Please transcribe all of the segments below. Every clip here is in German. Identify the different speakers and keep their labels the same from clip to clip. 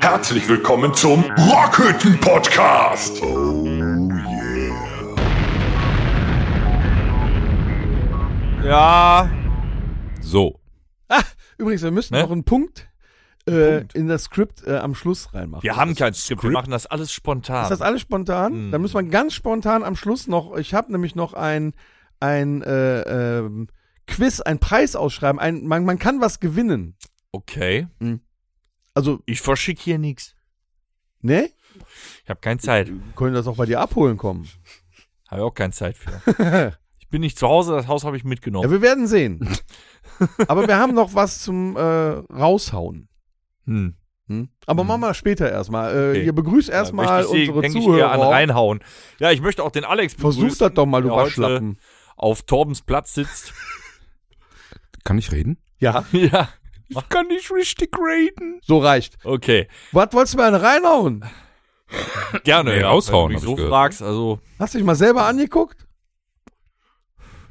Speaker 1: Herzlich willkommen zum Rockhütten Podcast. Oh
Speaker 2: Ja.
Speaker 3: So.
Speaker 2: Übrigens, wir müssen
Speaker 3: Ne?
Speaker 2: noch einen Punkt, äh,
Speaker 3: Punkt.
Speaker 2: in das Skript äh, am Schluss reinmachen.
Speaker 3: Wir haben kein Skript, wir machen das alles spontan.
Speaker 2: Ist das alles spontan?
Speaker 3: Mm.
Speaker 2: Dann müssen wir ganz spontan am Schluss noch, ich habe nämlich noch ein, ein äh, ähm, Quiz, ein Preis ausschreiben. Ein, man, man kann was gewinnen.
Speaker 3: okay.
Speaker 2: Also,
Speaker 3: Ich verschicke hier nichts.
Speaker 2: ne?
Speaker 3: Ich habe keine Zeit.
Speaker 2: Wir können das auch bei dir abholen kommen.
Speaker 3: Habe ich auch keine Zeit für.
Speaker 2: ja,
Speaker 3: Ich bin nicht zu Hause, das Haus habe ich mitgenommen.
Speaker 2: wir werden sehen. Aber wir haben noch was zum äh, Raushauen.
Speaker 3: Hm.
Speaker 2: Hm? Aber
Speaker 3: Mhm.
Speaker 2: machen wir später erstmal. Äh,
Speaker 3: Okay.
Speaker 2: Ihr begrüßt erstmal
Speaker 3: Möchte ich Sie,
Speaker 2: unsere
Speaker 3: denke ich, eher an
Speaker 2: Zuhörer.
Speaker 3: reinhauen. Ja, ich möchte auch den Alex begrüßen.
Speaker 2: Versuch das doch mal, du
Speaker 3: der heute
Speaker 2: Waschlappen.
Speaker 3: Auf Torbens Platz sitzt.
Speaker 4: Kann ich reden?
Speaker 2: Ja,
Speaker 3: ja.
Speaker 4: Ich kann nicht richtig reden.
Speaker 2: so reicht.
Speaker 3: Okay.
Speaker 2: Was wolltest du mir eine reinhauen?
Speaker 3: Gerne.
Speaker 4: Nee,
Speaker 3: ja,
Speaker 4: raushauen,
Speaker 3: Wenn du mich
Speaker 4: hab
Speaker 3: so
Speaker 4: ich gehört.
Speaker 3: fragst, also
Speaker 2: Hast du dich mal selber angeguckt?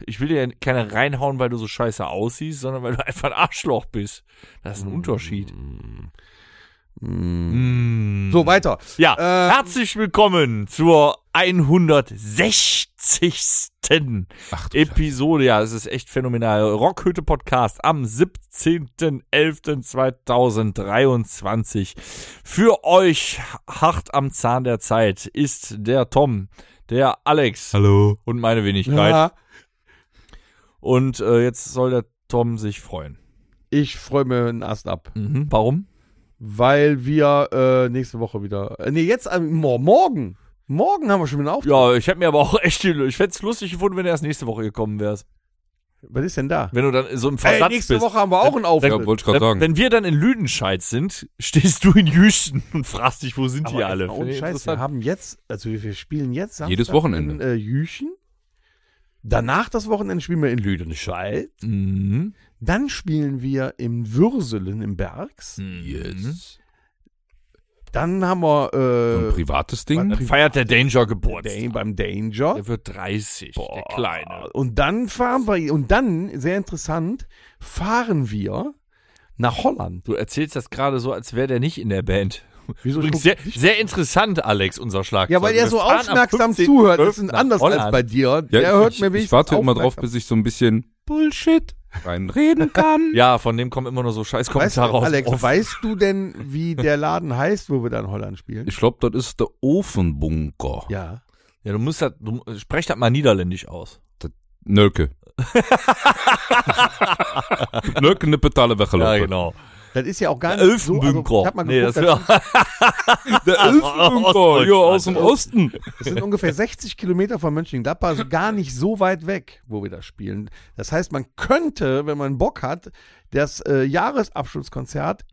Speaker 3: ich will dir keine reinhauen, weil du so scheiße aussiehst, sondern weil du einfach ein Arschloch bist. Das ist ein Unterschied. Mm.
Speaker 2: So, weiter.
Speaker 3: Ja,
Speaker 2: Äh,
Speaker 3: herzlich willkommen zur 160.
Speaker 4: Ach, du Scheiße.
Speaker 3: Episode. Ja, es ist echt phänomenal. Rockhütte Podcast am 17.11.2023. Für euch hart am Zahn der Zeit ist der Tom, der Alex
Speaker 4: Hallo.
Speaker 3: und meine Wenigkeit.
Speaker 2: Ja,
Speaker 3: Und äh, jetzt soll der Tom sich freuen.
Speaker 2: ich freue mir einen Ast ab,
Speaker 3: Mhm. Warum?
Speaker 2: weil wir äh, nächste Woche wieder. Äh, nee, jetzt am- mor- morgen. Morgen haben wir schon wieder auf.
Speaker 3: Ja, ich hätte mir aber auch echt, ich fände es lustig gefunden, wenn du erst nächste Woche gekommen wärst.
Speaker 2: Was ist denn da?
Speaker 3: Wenn du dann so im
Speaker 2: Ey,
Speaker 3: Versatz
Speaker 2: nächste
Speaker 3: bist.
Speaker 2: Woche haben wir auch einen Auftritt.
Speaker 4: Ja, wollte ich gerade
Speaker 3: Wenn,
Speaker 4: sagen.
Speaker 3: Äh, wenn wir dann in Lüdenscheid sind, stehst du in Jüsten und fragst dich, wo sind
Speaker 2: Aber
Speaker 3: die
Speaker 2: jetzt
Speaker 3: alle?
Speaker 2: mal
Speaker 3: Finde
Speaker 2: Ohne
Speaker 3: ich
Speaker 2: Scheiß, wir
Speaker 3: interessant.
Speaker 2: haben jetzt, also wir wir spielen jetzt Samstag
Speaker 4: Jedes Wochenende.
Speaker 2: in äh, Jüchen. Danach das Wochenende spielen wir in Lüdenscheid.
Speaker 3: Mhm.
Speaker 2: Dann spielen wir im Würselen im
Speaker 3: Hm.
Speaker 2: Bergs.
Speaker 3: Mhm.
Speaker 4: Yes.
Speaker 2: Dann haben wir
Speaker 4: So
Speaker 2: äh,
Speaker 4: ein privates Ding?
Speaker 3: Dann feiert der Danger Geburtstag.
Speaker 2: Dan beim Danger.
Speaker 3: Der wird 30, der Kleine.
Speaker 2: Und dann fahren wir, und dann, sehr interessant, fahren wir nach Holland.
Speaker 3: Du erzählst das gerade so, als wäre der nicht in der Band.
Speaker 2: Wieso
Speaker 3: Übrigens
Speaker 2: guckst
Speaker 3: sehr, sehr interessant, Alex, unser Schlagzeug.
Speaker 2: ja, weil er
Speaker 3: Wir
Speaker 2: so
Speaker 3: fahren am
Speaker 2: aufmerksam
Speaker 3: 15.12.
Speaker 2: zuhört. Das ist
Speaker 3: nach
Speaker 2: anders als
Speaker 3: Holland.
Speaker 2: bei dir.
Speaker 4: Ja,
Speaker 2: Der hört
Speaker 4: ich,
Speaker 2: mir
Speaker 4: ich
Speaker 2: wenigstens
Speaker 4: warte immer drauf,
Speaker 2: aufmerksam.
Speaker 4: bis ich so ein bisschen Bullshit reinreden kann.
Speaker 3: Ja, von dem kommen immer nur so scheiß
Speaker 2: Weißt du,
Speaker 3: Kommentare raus.
Speaker 2: Alex, weißt du denn, wie der Laden heißt, wo wir dann Holland spielen?
Speaker 4: Ich glaube, das ist der Ofenbunker.
Speaker 2: ja.
Speaker 3: Ja, du musst das, du, sprech das mal niederländisch aus.
Speaker 4: Nölke. Nölke ne Pedale weggelopen.
Speaker 3: genau.
Speaker 2: Das ist ja auch gar
Speaker 3: Der
Speaker 2: nicht so. also,
Speaker 3: Elfenbunker.
Speaker 2: ich hab mal
Speaker 3: Nee,
Speaker 2: geguckt,
Speaker 3: das
Speaker 2: das, sind,
Speaker 4: Der Elfenbunker, ja, aus dem Osten.
Speaker 2: das sind ungefähr 60 Kilometer von Mönchengladbach, also gar nicht so weit weg, wo wir das spielen. Das heißt, man könnte, wenn man Bock hat, das äh, Jahresabschlusskonzert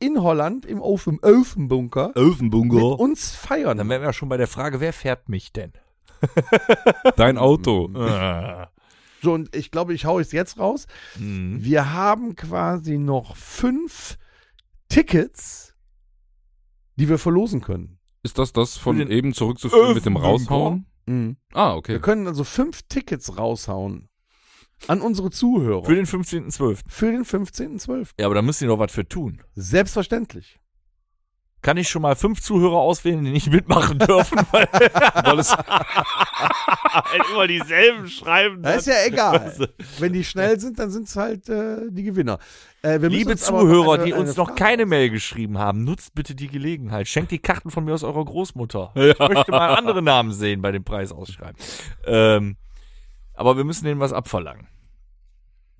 Speaker 2: in Holland im Ofen, Elfenbunker mit
Speaker 4: Elfenbunker.
Speaker 2: uns feiern.
Speaker 3: Dann wären wir schon bei der Frage, wer fährt mich denn?
Speaker 4: Dein Auto.
Speaker 2: So, und ich glaube, ich hau es jetzt raus.
Speaker 3: Mhm.
Speaker 2: Wir haben quasi noch fünf Tickets, die wir verlosen können.
Speaker 4: Ist das das
Speaker 3: Für
Speaker 4: von
Speaker 3: den
Speaker 4: eben zurückzuführen mit dem
Speaker 3: Elfenbunker?
Speaker 4: Raushauen?
Speaker 3: Mhm.
Speaker 4: Ah, okay.
Speaker 2: Wir können also fünf Tickets raushauen an unsere Zuhörer
Speaker 3: Für den 15.12.
Speaker 2: für den 15.12.
Speaker 3: Ja, aber da müssen die noch was für tun.
Speaker 2: Selbstverständlich.
Speaker 3: Kann ich schon mal fünf Zuhörer auswählen, die nicht mitmachen dürfen, weil, weil es immer dieselben schreiben.
Speaker 2: Das ist ja egal. Wenn die schnell sind, dann sind es halt äh, die Gewinner. Äh, wir müssen
Speaker 3: Liebe
Speaker 2: uns aber
Speaker 3: Zuhörer,
Speaker 2: eine-
Speaker 3: die
Speaker 2: eine
Speaker 3: uns noch
Speaker 2: Frage-
Speaker 3: keine Mail geschrieben haben, nutzt bitte die Gelegenheit. Schenkt die Karten von mir aus eurer Großmutter. Ich möchte mal andere Namen sehen bei dem Preis ausschreiben. Ähm, aber wir müssen denen was abverlangen.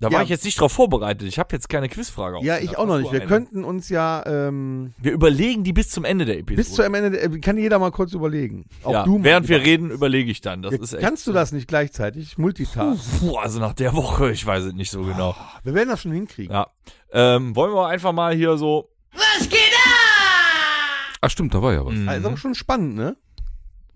Speaker 3: Da war
Speaker 2: Ja.
Speaker 3: ich jetzt nicht drauf vorbereitet. Ich habe jetzt keine Quizfrage
Speaker 2: Ja,
Speaker 3: ausgedacht.
Speaker 2: ich auch noch
Speaker 3: Hast
Speaker 2: nicht.
Speaker 3: du
Speaker 2: Wir
Speaker 3: eine?
Speaker 2: könnten uns ja ähm,
Speaker 3: Wir überlegen die bis zum Ende der Episode.
Speaker 2: bis zu am Ende, der- äh, kann jeder mal kurz überlegen. Auch
Speaker 3: ja.
Speaker 2: du. mal
Speaker 3: Während wir
Speaker 2: überlegen.
Speaker 3: reden, überlege ich dann. Das
Speaker 2: Ja,
Speaker 3: ist echt.
Speaker 2: kannst du das nicht gleichzeitig? Multitasken.
Speaker 3: Puh, also nach der Woche, ich weiß es nicht so genau.
Speaker 2: Wir werden das schon hinkriegen.
Speaker 3: Ja. Ähm, wollen wir einfach mal hier so.
Speaker 4: Ach stimmt, da war ja was.
Speaker 3: Mhm.
Speaker 2: Also, Ah, Ist auch schon spannend, ne?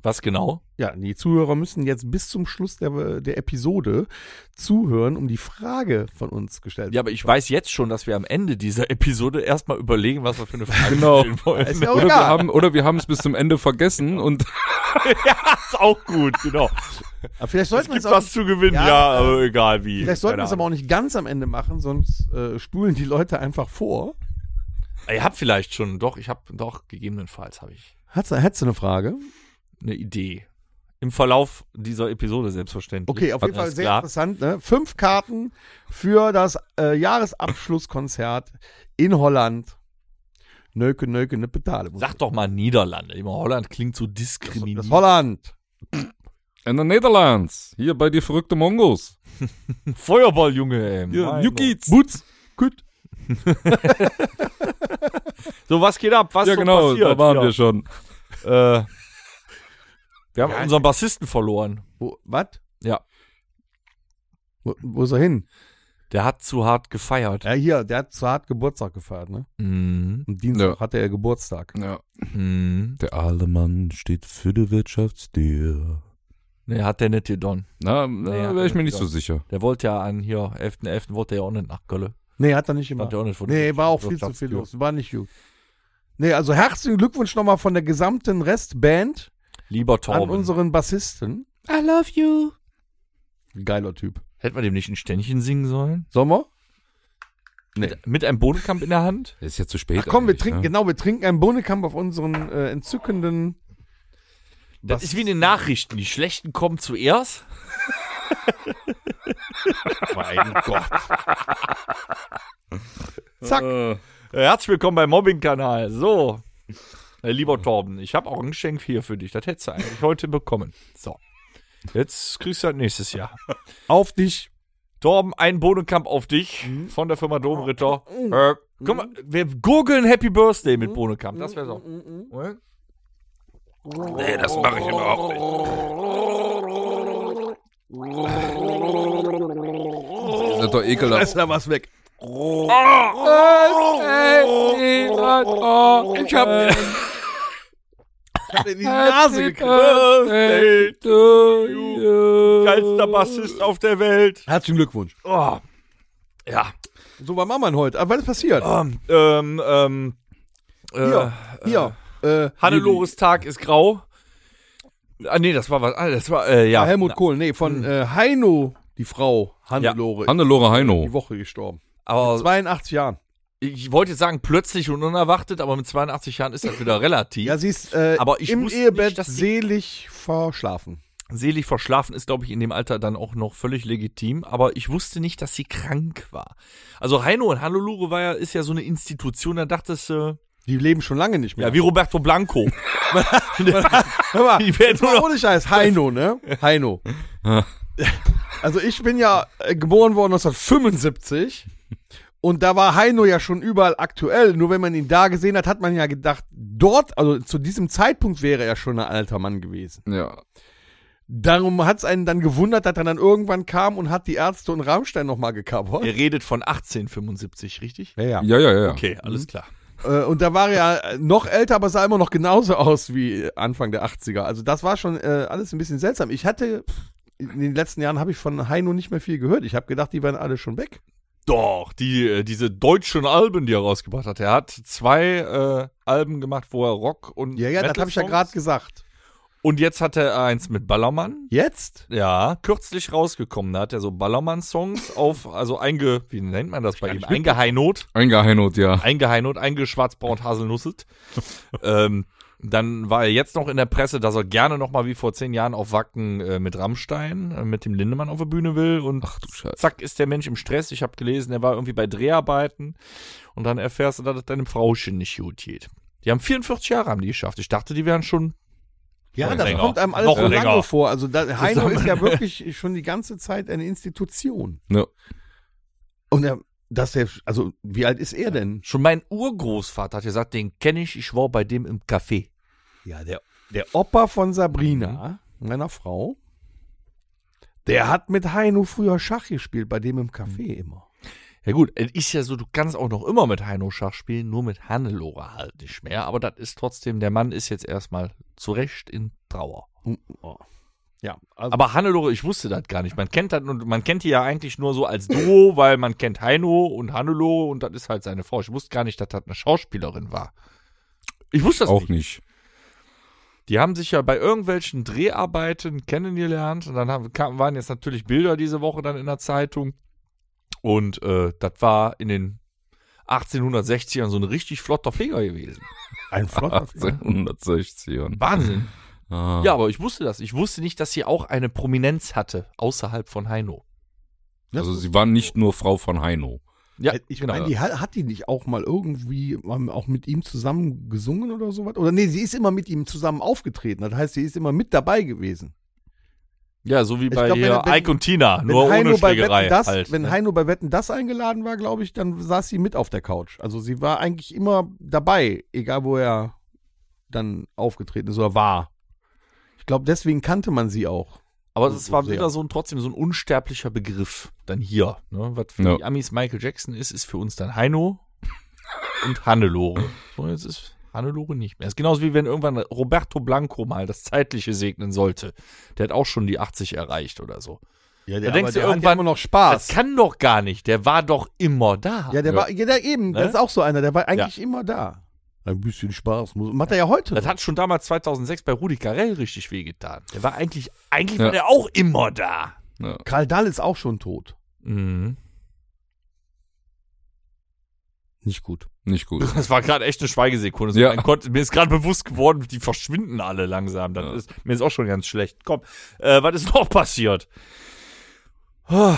Speaker 3: Was genau?
Speaker 2: Ja, die Zuhörer müssen jetzt bis zum Schluss der, der Episode zuhören, um die Frage von uns gestellt
Speaker 3: Ja, aber ich weiß jetzt schon, dass wir am Ende dieser Episode erstmal überlegen, was wir für eine Frage
Speaker 4: Genau.
Speaker 3: stellen wollen.
Speaker 2: Ist Oh, ja auch
Speaker 4: Oder wir,
Speaker 2: egal.
Speaker 4: haben, oder wir haben es bis zum Ende vergessen und
Speaker 3: ja, ist auch gut, genau.
Speaker 2: aber vielleicht
Speaker 3: Es
Speaker 2: sollten wir
Speaker 3: gibt
Speaker 2: es auch,
Speaker 3: was zu gewinnen, ja,
Speaker 2: Ja,
Speaker 3: aber egal wie.
Speaker 2: vielleicht sollten wir
Speaker 3: Keine
Speaker 2: es aber auch nicht ganz am Ende machen, sonst äh, spulen die Leute einfach vor.
Speaker 3: Ahnung. Ihr habt vielleicht schon, doch, ich habe, doch, gegebenenfalls habe ich
Speaker 2: Hat's, hättest du eine Frage?
Speaker 3: eine Idee. Im Verlauf dieser Episode selbstverständlich.
Speaker 2: Okay, auf jeden
Speaker 3: Alles
Speaker 2: Fall sehr
Speaker 3: klar.
Speaker 2: interessant. Ne? Fünf Karten für das äh, Jahresabschlusskonzert in Holland. Nöke, nöke, ne Pedale.
Speaker 3: Sag doch mal Niederlande. Immer Holland klingt so diskriminierend.
Speaker 2: das Holland.
Speaker 4: in den Netherlands. Hier bei die verrückten Mongos.
Speaker 3: Feuerball, Junge. ey.
Speaker 4: Hier,
Speaker 3: Mein
Speaker 4: New
Speaker 3: Gott.
Speaker 4: Kids. Boots. Gut.
Speaker 3: So, was geht ab? Was
Speaker 4: Ja,
Speaker 3: so
Speaker 4: genau,
Speaker 3: passiert?
Speaker 4: da waren
Speaker 3: Ja.
Speaker 4: wir schon.
Speaker 3: Äh, wir haben
Speaker 2: Ja,
Speaker 3: unseren Bassisten verloren.
Speaker 2: Wo, was?
Speaker 3: Ja.
Speaker 2: Wo, wo ist er hin?
Speaker 3: Der hat zu hart gefeiert.
Speaker 2: Ja, hier, der hat zu hart Geburtstag gefeiert, ne?
Speaker 3: Mhm.
Speaker 2: Am Dienstag
Speaker 4: Ja.
Speaker 2: hatte er Geburtstag.
Speaker 4: Ja.
Speaker 3: Mhm.
Speaker 4: Der alte Mann steht für die Wirtschaftstür.
Speaker 3: Nee, hat der nicht gedon.
Speaker 4: Na,
Speaker 3: Nee,
Speaker 4: da
Speaker 3: hat
Speaker 4: wäre ich
Speaker 3: er
Speaker 4: mir
Speaker 3: nicht
Speaker 4: nicht so sicher.
Speaker 3: Der wollte ja an hier, 11.11. wollte er ja auch nicht nach Köln.
Speaker 2: Nee, hat er nicht
Speaker 3: Stand
Speaker 2: gemacht.
Speaker 3: ja auch nicht vor
Speaker 2: Nee,
Speaker 3: der
Speaker 2: war auch viel zu viel
Speaker 3: Wirtschaftstür.
Speaker 2: los. War nicht gut. Nee, also herzlichen Glückwunsch nochmal von der gesamten Restband
Speaker 3: Lieber
Speaker 2: an
Speaker 3: Torben.
Speaker 2: unseren Bassisten.
Speaker 3: I love you.
Speaker 2: Geiler Typ.
Speaker 3: Hätten wir dem nicht ein Ständchen singen sollen?
Speaker 2: Sommer?
Speaker 3: Mit einem Bohnenkamp in der Hand?
Speaker 4: Ist ja zu spät.
Speaker 2: Ach komm, wir
Speaker 4: eigentlich,
Speaker 2: trinken,
Speaker 4: ne?
Speaker 2: genau, wir trinken einen Bohnenkamp auf unseren äh, entzückenden.
Speaker 3: Das ist wie in den Nachrichten. Die Schlechten kommen zuerst. mein Gott.
Speaker 2: Zack.
Speaker 4: Äh,
Speaker 3: Herzlich willkommen beim Mobbing-Kanal. So. Äh, Lieber Torben, ich habe auch ein Geschenk hier für dich. Das hättest du eigentlich heute bekommen. So. Jetzt kriegst du das nächstes Jahr.
Speaker 2: Auf dich. Mhm.
Speaker 3: Torben, ein Bohnenkamp auf dich von der Firma Domritter.
Speaker 2: Oh.
Speaker 3: Äh, guck mal, wir googeln Happy Birthday
Speaker 2: Mhm.
Speaker 3: mit Bohnenkamp. Das wäre so.
Speaker 4: nee, das mache ich überhaupt nicht. Das ist doch ekelhaft.
Speaker 2: da was weg.
Speaker 4: oh, Ich hab
Speaker 2: Hat in die Nase gekriegt.
Speaker 4: Birthday to
Speaker 2: Mhm.
Speaker 4: you.
Speaker 3: Geilster Bassist auf der Welt.
Speaker 2: Herzlichen Glückwunsch.
Speaker 3: Oh. Ja.
Speaker 2: So, was machen wir denn heute? Aber was ist passiert?
Speaker 3: Ähm, ähm, ähm. Äh,
Speaker 2: Hier, hier. Äh,
Speaker 3: Hannelores Tag ist grau. Ah, nee, das war was. Ah, das war, äh, ja. Hm.
Speaker 2: Helmut Kohl, nee, von äh, Heino, die Frau Hannelore,
Speaker 4: Hannelore
Speaker 2: die
Speaker 4: Heino.
Speaker 2: Woche gestorben.
Speaker 3: Aber
Speaker 2: 82 Jahren.
Speaker 3: ich wollte jetzt sagen, plötzlich und unerwartet, aber mit 82 Jahren ist das wieder relativ.
Speaker 2: Ja, sie ist äh,
Speaker 3: Aber ich
Speaker 2: im
Speaker 3: wusste
Speaker 2: Ehebett
Speaker 3: nicht, dass sie-
Speaker 2: selig verschlafen.
Speaker 3: Selig verschlafen ist, glaube ich, in dem Alter dann auch noch völlig legitim, aber ich wusste nicht, dass sie krank war. Also Heino und Hannelore war ja, ist ja so eine Institution, da dachtest du,
Speaker 2: Die leben schon lange nicht
Speaker 3: äh,
Speaker 2: mehr.
Speaker 3: ja, wie Roberto Blanco.
Speaker 2: Hör mal,
Speaker 3: Die werden
Speaker 2: jetzt mal
Speaker 3: nur noch-
Speaker 2: ohne Scheiß, Heino, ne? Heino.
Speaker 4: Ja.
Speaker 2: Also ich bin ja äh, geboren worden 1975 und da war Heino ja schon überall aktuell. Nur wenn man ihn da gesehen hat, hat man ja gedacht, dort, also zu diesem Zeitpunkt wäre er schon ein alter Mann gewesen.
Speaker 4: Ja.
Speaker 2: Darum hat es einen dann gewundert, dass er dann irgendwann kam und hat die Ärzte und Rammstein nochmal gecovert.
Speaker 3: Ihr redet von 1875, richtig?
Speaker 2: Ja, ja.
Speaker 4: Ja, ja, ja.
Speaker 2: Mhm.
Speaker 3: Okay, alles klar.
Speaker 2: Äh, und da war er äh, noch älter, aber sah immer noch genauso aus wie Anfang der 80er. Also das war schon äh, alles ein bisschen seltsam. Ich hatte, in den letzten Jahren habe ich von Heino nicht mehr viel gehört. Ich habe gedacht, die wären alle schon weg.
Speaker 3: Doch, die, äh, diese deutschen Alben, die er rausgebracht hat. Er hat zwei äh, Alben gemacht, wo er Rock und
Speaker 2: Ja, ja, das
Speaker 3: Metal
Speaker 2: habe ich ja
Speaker 3: Songs-
Speaker 2: gerade gesagt.
Speaker 3: Und jetzt hat er eins mit Ballermann.
Speaker 2: Jetzt?
Speaker 3: Ja, kürzlich rausgekommen. Da hat er so Ballermann-Songs auf, also einge, wie nennt man das bei ihm? Eingeheinot.
Speaker 4: Eingeheinot, ja.
Speaker 3: Eingeheinot, eingeschwarzbraun Haselnusselt. ähm, dann war er jetzt noch in der Presse, dass er gerne nochmal wie vor zehn Jahren auf Wacken äh, mit Rammstein, äh, mit dem Lindemann auf der Bühne will. Und
Speaker 4: Ach du Scheiße.
Speaker 3: zack, ist der Mensch im Stress. Ich habe gelesen, er war irgendwie bei Dreharbeiten. Und dann erfährst du, dass es deinem Frauchen nicht gut geht. Die haben 44 Jahre haben die geschafft. Ich dachte, die wären schon
Speaker 2: Ja,
Speaker 3: Noch
Speaker 2: das
Speaker 3: länger.
Speaker 2: kommt einem alles
Speaker 3: Noch
Speaker 2: so
Speaker 3: länger.
Speaker 2: lange vor. Also da, Heino ist ja wirklich schon die ganze Zeit eine Institution.
Speaker 4: Ja.
Speaker 2: Und er, dass er, also wie alt ist er denn?
Speaker 3: Schon mein Urgroßvater hat gesagt, den kenne ich, ich war bei dem im Café.
Speaker 2: Ja, Mhm. der, der Opa von Sabrina, meiner Frau, der hat mit Heino früher Schach gespielt, bei dem im Café immer.
Speaker 3: Ja gut, es ist ja so, du kannst auch noch immer mit Heino Schach spielen, nur mit Hannelore halt nicht mehr. Aber das ist trotzdem, der Mann ist jetzt erstmal zu Recht in Trauer.
Speaker 2: Hm, oh. Ja, also
Speaker 3: Aber Hannelore, ich wusste das gar nicht. Man kennt das und man kennt die ja eigentlich nur so als Duo, weil man kennt Heino und Hannelore und das ist halt seine Frau. Ich wusste gar nicht, dass das eine Schauspielerin war. Ich wusste das
Speaker 4: Auch
Speaker 3: nicht.
Speaker 4: nicht.
Speaker 3: Die haben sich ja bei irgendwelchen Dreharbeiten kennengelernt und dann haben, kam, waren jetzt natürlich Bilder diese Woche dann in der Zeitung. Und äh, das war in den 1860ern so ein richtig flotter Feger gewesen.
Speaker 2: ein flotter Film.
Speaker 4: 1860ern.
Speaker 3: Wahnsinn.
Speaker 4: Ah.
Speaker 3: Ja, aber ich wusste das. Ich wusste nicht, dass sie auch eine Prominenz hatte, außerhalb von Heino.
Speaker 4: Also sie war nicht nur Frau von Heino.
Speaker 3: Ja,
Speaker 2: Ich meine, die hat, hat die nicht auch mal irgendwie ähm, auch mit ihm zusammen gesungen oder sowas? Oder nee, sie ist immer mit ihm zusammen aufgetreten. Das heißt, sie ist immer mit dabei gewesen.
Speaker 3: ja, so wie bei
Speaker 2: glaub, wenn-
Speaker 3: hier
Speaker 2: wenn-
Speaker 3: Ike und Tina, nur ohne
Speaker 2: bei Wetten
Speaker 3: Schlägerei
Speaker 2: das,
Speaker 3: halt.
Speaker 2: wenn
Speaker 3: ne?
Speaker 2: Heino bei Wetten das eingeladen war, glaube ich, dann saß sie mit auf der Couch. Also sie war eigentlich immer dabei, egal wo er dann aufgetreten ist oder war. Ich glaube, deswegen kannte man sie auch.
Speaker 3: Aber es war
Speaker 2: Sehr.
Speaker 3: wieder so ein trotzdem so ein unsterblicher Begriff dann hier. Ne? Was für
Speaker 4: Ja.
Speaker 3: die Amis Michael Jackson ist, ist für uns dann Heino und Hannelore. So, jetzt ist Hannelore nicht mehr. ist genauso wie wenn irgendwann Roberto Blanco mal das Zeitliche segnen sollte. Der hat auch schon die 80 erreicht oder so.
Speaker 2: Ja,
Speaker 3: Da denkst
Speaker 2: aber
Speaker 3: du
Speaker 2: hat ja
Speaker 3: irgendwann-
Speaker 2: immer noch
Speaker 3: Das
Speaker 2: Spaß.
Speaker 3: kann doch gar nicht. Der war doch immer da.
Speaker 2: Ah, Ja, der
Speaker 4: Ja.
Speaker 2: war, ja, der eben,
Speaker 3: Ne?
Speaker 2: das ist auch so einer, der war eigentlich immer da. Ein bisschen Spaß muss, macht er ja heute.
Speaker 3: Das hat schon damals 2006 bei Rudi Carell richtig wehgetan. Der war eigentlich, eigentlich
Speaker 4: Ja.
Speaker 3: war der auch immer da.
Speaker 4: Ja.
Speaker 2: Karl Dahl ist auch schon tot.
Speaker 3: Mhm.
Speaker 2: Nicht gut.
Speaker 4: Nicht gut.
Speaker 3: Das war gerade echt eine Schweigesekunde. So,
Speaker 4: Ja.
Speaker 3: mein Gott, mir ist gerade bewusst geworden, die verschwinden alle langsam. Das
Speaker 4: Ja.
Speaker 3: ist, mir ist auch schon ganz schlecht. Komm, äh, was ist noch passiert? Ah,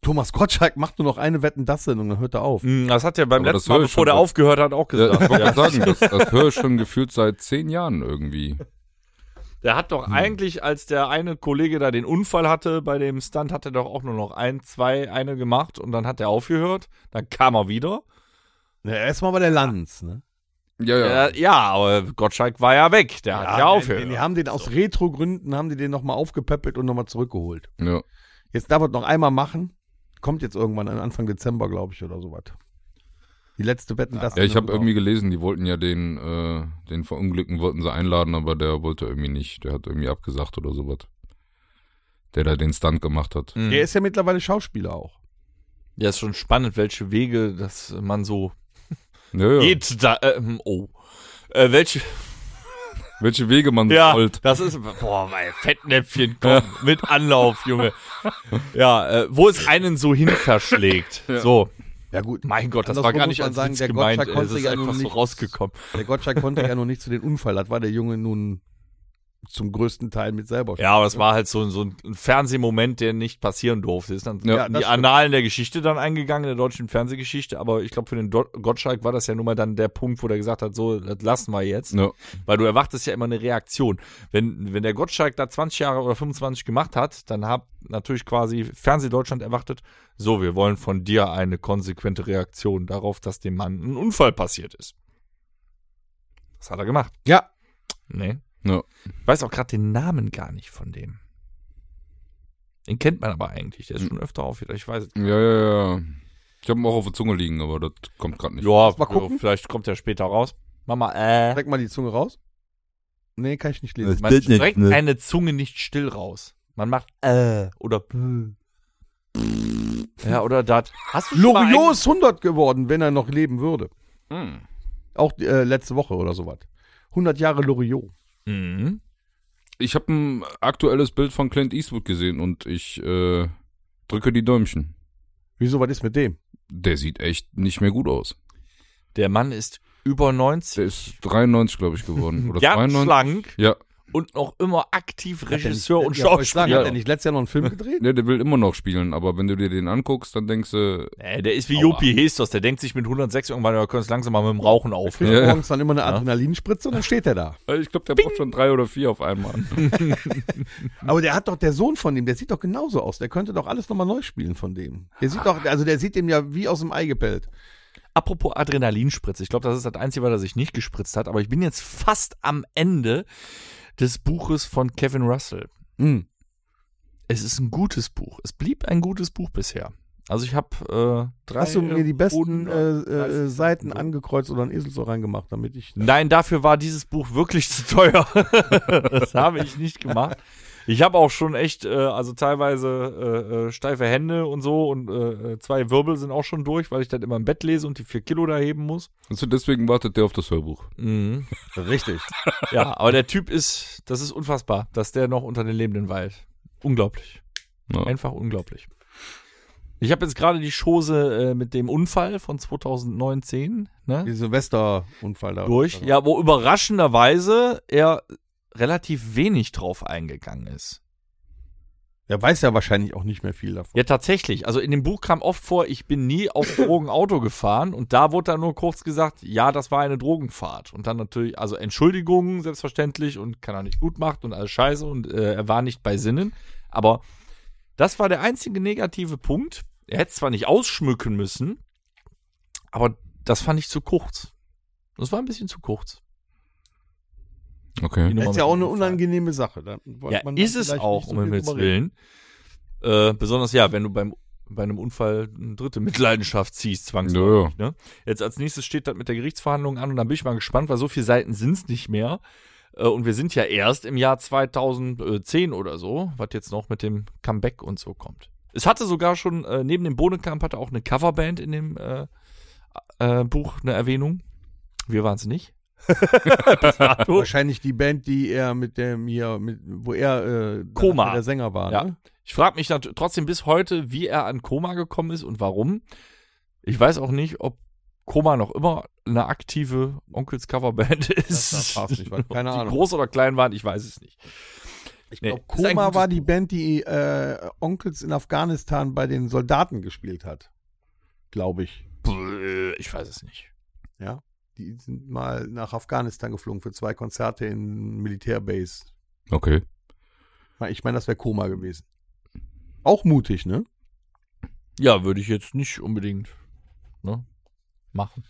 Speaker 2: Thomas Gottschalk macht nur noch eine Wetten das Sendung, dann hört er auf.
Speaker 3: mh, hm, Das hat er beim
Speaker 4: Aber das
Speaker 3: letzten Mal,
Speaker 4: höre ich
Speaker 3: bevor
Speaker 4: schon
Speaker 3: der
Speaker 4: wieder.
Speaker 3: aufgehört hat, auch
Speaker 4: Ja, ich
Speaker 3: gesagt.
Speaker 4: wollte
Speaker 3: Ja.
Speaker 4: gerade sagen, das, das höre ich schon gefühlt seit zehn Jahren irgendwie.
Speaker 3: Der hat
Speaker 4: Hm.
Speaker 3: doch eigentlich, als der eine Kollege da den Unfall hatte bei dem Stunt, hat er doch auch nur noch ein, zwei, eine gemacht und dann hat er aufgehört. Dann kam er wieder.
Speaker 2: Na, erstmal war der Lanz, ne?
Speaker 4: Ja, ja.
Speaker 3: Ja, Äh, ja aber Gottschalk war ja weg. Der hat ja aufgehört.
Speaker 2: Die, die haben den aus Retro-Gründen, haben die den nochmal aufgepöppelt und nochmal zurückgeholt.
Speaker 4: ja.
Speaker 2: Jetzt darf er es noch einmal machen. Kommt jetzt irgendwann, Anfang Dezember, glaube ich, oder sowas. Die letzte Wetten das
Speaker 4: ja ich
Speaker 2: Sendung
Speaker 4: habe
Speaker 2: überhaupt.
Speaker 4: irgendwie gelesen, die wollten ja den, äh, den Verunglückten wollten sie einladen, aber der wollte irgendwie nicht. Der hat irgendwie abgesagt oder sowas. Der da den Stunt gemacht hat.
Speaker 3: Mhm.
Speaker 2: Der ist ja mittlerweile Schauspieler auch.
Speaker 3: Ja, ist schon spannend, welche Wege dass man so
Speaker 4: Ja, ja.
Speaker 3: geht. Da, äh, oh. Äh, welche,
Speaker 4: Welche Wege man
Speaker 3: ja,
Speaker 4: wollt.
Speaker 3: das ist, boah, mein Fettnäpfchen, komm, mit Anlauf, Junge. Ja, äh, wo es einen so hin verschlägt. So,
Speaker 2: Ja gut,
Speaker 3: mein Gott, das
Speaker 2: Andersrum
Speaker 3: war gar
Speaker 2: muss
Speaker 3: nicht
Speaker 2: man
Speaker 3: als
Speaker 2: sagen,
Speaker 3: Witz
Speaker 2: der
Speaker 3: gemeint,
Speaker 2: Gottschalk
Speaker 3: äh,
Speaker 2: konnte
Speaker 3: das ist
Speaker 2: ja
Speaker 3: einfach
Speaker 2: nun
Speaker 3: so
Speaker 2: nichts.
Speaker 3: rausgekommen.
Speaker 2: der Gottschalk konnte ja noch nicht zu den Unfall. Das war der Junge nun zum größten Teil mit selber.
Speaker 3: Ja, aber es war halt so, ein- so ein Fernsehmoment, der nicht passieren durfte. Ist dann
Speaker 4: Ja.
Speaker 3: in die
Speaker 2: das stimmt.
Speaker 3: Annalen der Geschichte dann eingegangen, der deutschen Fernsehgeschichte. Aber ich glaube, für den Do Gottschalk war das ja nun mal dann der Punkt, wo der gesagt hat, so, das lassen wir jetzt.
Speaker 4: Ja.
Speaker 3: Weil du erwartest ja immer eine Reaktion. Wenn, wenn der Gottschalk da 20 Jahre oder 25 gemacht hat, dann hat natürlich quasi Fernsehdeutschland erwartet, so, wir wollen von dir eine konsequente Reaktion darauf, dass dem Mann ein Unfall passiert ist. Das hat er gemacht.
Speaker 2: Ja.
Speaker 3: Nee.
Speaker 4: Ja.
Speaker 3: Ich weiß auch gerade den Namen gar nicht von dem. Den kennt man aber eigentlich. Der ist schon öfter auf. Ich weiß es.
Speaker 4: ja, ja, ja. Ich habe ihn auch auf der Zunge liegen, aber das kommt gerade nicht.
Speaker 3: Ja,
Speaker 2: mal gucken.
Speaker 3: ja, vielleicht kommt der später raus. Mama, äh.
Speaker 2: Streck mal die Zunge raus. Nee, kann ich nicht ne? lesen.
Speaker 3: Man streckt eine Zunge nicht still raus. Man macht äh oder bö. Ja, oder dat. Hast du schon mal
Speaker 2: Loriot
Speaker 3: einen-
Speaker 2: ist 100 geworden, wenn er noch leben würde.
Speaker 4: Hm.
Speaker 2: Auch äh, letzte Woche oder sowas. 100 Jahre Loriot.
Speaker 3: Mhm.
Speaker 4: Ich habe ein aktuelles Bild von Clint Eastwood gesehen und ich äh, drücke die Däumchen.
Speaker 2: Wieso, was ist mit dem?
Speaker 4: Der sieht echt nicht mehr gut aus.
Speaker 3: Der Mann ist über 90.
Speaker 4: Der ist 93, glaube ich, geworden. Oder
Speaker 3: Ganz
Speaker 4: 92.
Speaker 3: schlank
Speaker 4: Ja,
Speaker 3: und noch immer aktiv Regisseur und
Speaker 2: Ja, wollte ich sagen, Hat
Speaker 3: Schauspieler.
Speaker 2: er nicht letztes Jahr noch einen Film gedreht?
Speaker 4: ne, der will immer noch spielen, aber wenn du dir den anguckst, dann denkst du,
Speaker 3: Nee, der ist wie
Speaker 4: Aua.
Speaker 3: Jopi Hestos. Der denkt sich mit 106 irgendwann, wir können es langsam mal mit dem Rauchen aufhören.
Speaker 2: Kriegt er
Speaker 4: Ja.
Speaker 2: morgens dann immer eine Adrenalinspritze und dann steht er da.
Speaker 4: äh, ich glaube, der braucht schon drei oder vier auf einmal.
Speaker 2: Aber der hat doch, der Sohn von ihm, der sieht doch genauso aus. Der könnte doch alles nochmal neu spielen von dem. Der sieht doch, also der sieht dem ja wie aus dem Ei gepellt.
Speaker 3: Apropos Adrenalinspritze, ich glaube, das ist das Einzige, was er sich nicht gespritzt hat, aber ich bin jetzt fast am Ende des Buches von Kevin Russell.
Speaker 2: Hm.
Speaker 3: Es ist ein gutes Buch. Es blieb ein gutes Buch bisher. Also ich habe äh, drei
Speaker 2: Hast du mir die besten
Speaker 3: Boden-
Speaker 2: äh, äh, Seiten angekreuzt oder ein Eselsohr reingemacht, damit ich.
Speaker 3: Nein, dafür war dieses Buch wirklich zu teuer. das habe ich nicht gemacht. Ich habe auch schon echt, äh, also teilweise äh, äh, steife Hände und so und äh, äh, zwei Wirbel sind auch schon durch, weil ich das immer im Bett lese und die vier Kilo da heben muss.
Speaker 4: Also deswegen wartet der auf das Hörbuch.
Speaker 3: Mhm.
Speaker 2: Richtig.
Speaker 3: Ja, aber der Typ ist, das ist unfassbar, dass der noch unter den Lebenden weilt. Unglaublich.
Speaker 4: Ja.
Speaker 3: Einfach unglaublich. Ich habe jetzt gerade die Chose äh, mit dem Unfall von 2019, ne?
Speaker 2: Den Silvesterunfall da.
Speaker 3: durch. Ja, wo überraschenderweise er relativ wenig drauf eingegangen ist.
Speaker 2: Er weiß ja wahrscheinlich auch nicht mehr viel davon.
Speaker 3: Ja, tatsächlich. Also in dem Buch kam oft vor, ich bin nie auf Drogen Auto gefahren und da wurde dann nur kurz gesagt, ja, das war eine Drogenfahrt. Und dann natürlich, also Entschuldigungen selbstverständlich und kann er nicht gut macht und alles scheiße und äh, er war nicht bei Sinnen. Aber das war der einzige negative Punkt. Er hätte es zwar nicht ausschmücken müssen, aber das fand ich zu kurz. Das war ein bisschen zu kurz.
Speaker 4: Okay.
Speaker 2: Das ist ja auch eine
Speaker 3: unangenehme
Speaker 2: unangenehme Sache. Da wollte
Speaker 3: Ja,
Speaker 2: man dann
Speaker 3: ist es
Speaker 2: vielleicht
Speaker 3: auch,
Speaker 2: nicht so
Speaker 3: um
Speaker 2: viel
Speaker 3: Himmels
Speaker 2: drüber reden.
Speaker 3: Willen. Äh, besonders ja, wenn du beim, bei einem Unfall eine dritte Mitleidenschaft ziehst, zwangsläufig. Ne? Jetzt als nächstes steht das mit der Gerichtsverhandlung an und dann bin ich mal gespannt, weil so viele Seiten sind es nicht mehr. Äh, und wir sind ja erst im Jahr 2010 oder so, was jetzt noch mit dem Comeback und so kommt. Es hatte sogar schon, äh, neben dem Bohnenkamp hatte auch eine Coverband in dem äh, äh, Buch eine Erwähnung. Wir waren es nicht. Bis dato.
Speaker 2: Wahrscheinlich die Band, die er mit dem hier, mit, wo er äh,
Speaker 3: Koma.
Speaker 2: der Sänger war.
Speaker 3: Ja.
Speaker 2: Ne?
Speaker 3: Ich frage mich nat- trotzdem bis heute, wie er an Koma gekommen ist und warum. Ich weiß auch nicht, ob Koma noch immer eine aktive Onkels Coverband ist.
Speaker 2: das weiß ich nicht, weil- keine
Speaker 3: Ob die
Speaker 2: Ahnung.
Speaker 3: groß oder klein waren, ich weiß es nicht.
Speaker 2: Ich
Speaker 3: Nee,
Speaker 2: glaube,
Speaker 3: ist ein
Speaker 2: Koma
Speaker 3: gutes
Speaker 2: war die Band, die äh, Onkels in Afghanistan bei den Soldaten gespielt hat. Glaube ich.
Speaker 3: Bäh, Ich weiß es nicht.
Speaker 2: Die sind mal nach Afghanistan geflogen für zwei Konzerte in Militärbase.
Speaker 4: Okay.
Speaker 2: Ich meine, das wäre Koma gewesen. Auch mutig, ne?
Speaker 3: Ja, würde ich jetzt nicht unbedingt ne, machen.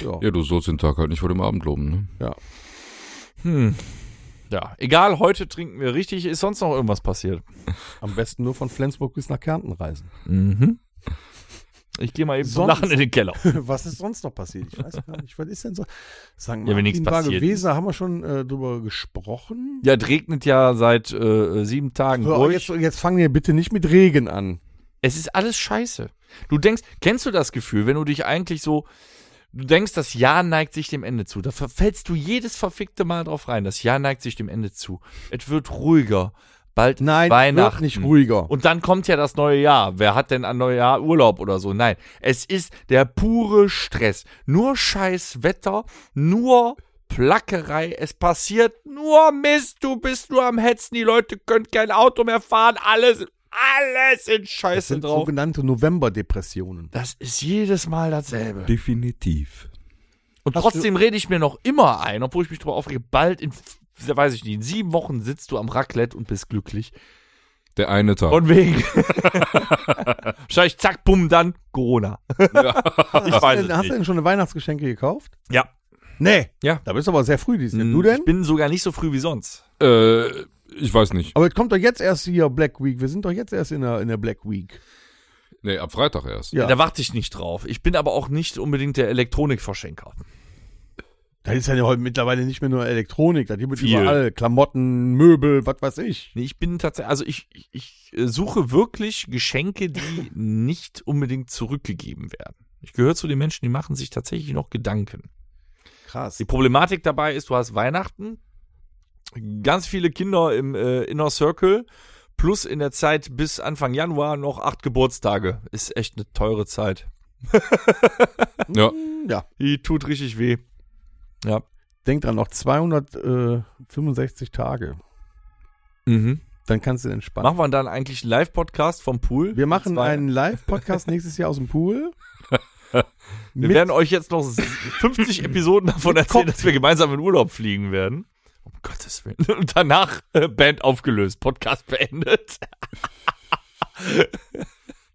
Speaker 2: Ja.
Speaker 4: Ja, du sollst den Tag halt nicht vor dem Abend loben, ne?
Speaker 3: Hm. Ja, egal, heute trinken wir richtig. Ist sonst noch irgendwas passiert?
Speaker 2: Am besten nur von Flensburg bis nach Kärnten reisen.
Speaker 3: Mhm. Ich gehe mal eben zum
Speaker 2: Sonst-
Speaker 3: Lachen in den Keller.
Speaker 2: Was ist sonst noch passiert? Ich weiß gar nicht. Was ist denn so? Sagen
Speaker 3: Ja, wenn nichts
Speaker 2: war
Speaker 3: passiert
Speaker 2: gewesen, haben wir schon äh, drüber gesprochen.
Speaker 3: Ja, es regnet ja seit äh, sieben Tagen
Speaker 2: Hör,
Speaker 3: durch.
Speaker 2: jetzt, jetzt fangen wir bitte nicht mit Regen an.
Speaker 3: Es ist alles scheiße. Du denkst, kennst du das Gefühl, wenn du dich eigentlich so, du denkst, das Jahr neigt sich dem Ende zu. Da verfällst du jedes verfickte Mal drauf rein. Das Jahr neigt sich dem Ende zu. Es wird ruhiger. Bald ist
Speaker 2: Nein,
Speaker 3: Weihnachten.
Speaker 2: wird nicht ruhiger.
Speaker 3: Und dann kommt ja das neue Jahr. Wer hat denn an Neujahr Urlaub oder so? Nein, es ist der pure Stress. Nur scheiß Wetter, nur Plackerei. Es passiert nur Mist. Du bist nur am Hetzen. Die Leute können kein Auto mehr fahren. Alles, alles in
Speaker 2: das
Speaker 3: Scheiße
Speaker 2: sind
Speaker 3: drauf.
Speaker 2: sogenannte Novemberdepressionen.
Speaker 3: Das ist jedes Mal dasselbe.
Speaker 4: Definitiv.
Speaker 3: Und
Speaker 2: Hast
Speaker 3: trotzdem rede ich mir noch immer ein, obwohl ich mich darüber aufrege, bald in, weiß ich nicht, in sieben Wochen sitzt du am Raclette und bist glücklich.
Speaker 4: Der eine Tag.
Speaker 3: Von wegen. Wahrscheinlich zack, bumm, dann Corona. ich
Speaker 2: Hast,
Speaker 3: weiß
Speaker 2: du, denn-
Speaker 3: es
Speaker 2: hast du
Speaker 3: nicht.
Speaker 2: denn schon eine Weihnachtsgeschenke gekauft?
Speaker 3: Ja.
Speaker 2: Nee.
Speaker 3: Ja. Hm,
Speaker 2: Da bist du aber sehr früh dieses Jahr. Hm. Du
Speaker 3: Ich
Speaker 2: denn?
Speaker 3: bin sogar nicht so früh wie sonst.
Speaker 4: Äh, ich weiß nicht.
Speaker 2: Aber es kommt doch jetzt erst hier Black Week. Wir sind doch jetzt erst in der, in der Black Week.
Speaker 4: Nee, ab Freitag erst.
Speaker 2: Ja.
Speaker 3: Da warte ich nicht drauf. Ich bin aber auch nicht unbedingt der Elektronikverschenker.
Speaker 2: Da ist ja heute mittlerweile nicht mehr nur Elektronik. Da gibt es
Speaker 3: Viel.
Speaker 2: überall Klamotten, Möbel, was weiß ich.
Speaker 3: Nee, ich bin tatsächlich, also ich, ich, ich äh, suche wirklich Geschenke, die nicht unbedingt zurückgegeben werden. Ich gehöre zu den Menschen, die machen sich tatsächlich noch Gedanken.
Speaker 2: Krass.
Speaker 3: Die Problematik dabei ist, du hast Weihnachten, ganz viele Kinder im äh, Inner Circle, plus in der Zeit bis Anfang Januar noch acht Geburtstage. Ist echt eine teure Zeit.
Speaker 4: Ja.
Speaker 2: Ja.
Speaker 3: Die tut richtig weh. Ja.
Speaker 2: Denk dran, noch 265 Tage.
Speaker 3: Mhm.
Speaker 2: Dann kannst du entspannen.
Speaker 3: Machen wir dann eigentlich einen Live-Podcast vom Pool?
Speaker 2: Wir machen
Speaker 3: Zwei-
Speaker 2: einen Live-Podcast nächstes Jahr aus dem Pool.
Speaker 3: Wir
Speaker 2: mit-
Speaker 3: werden euch jetzt noch s- 50 Episoden davon erzählen, dass wir gemeinsam in Urlaub fliegen werden. Um Gottes Willen. Und danach äh, Band aufgelöst, Podcast beendet.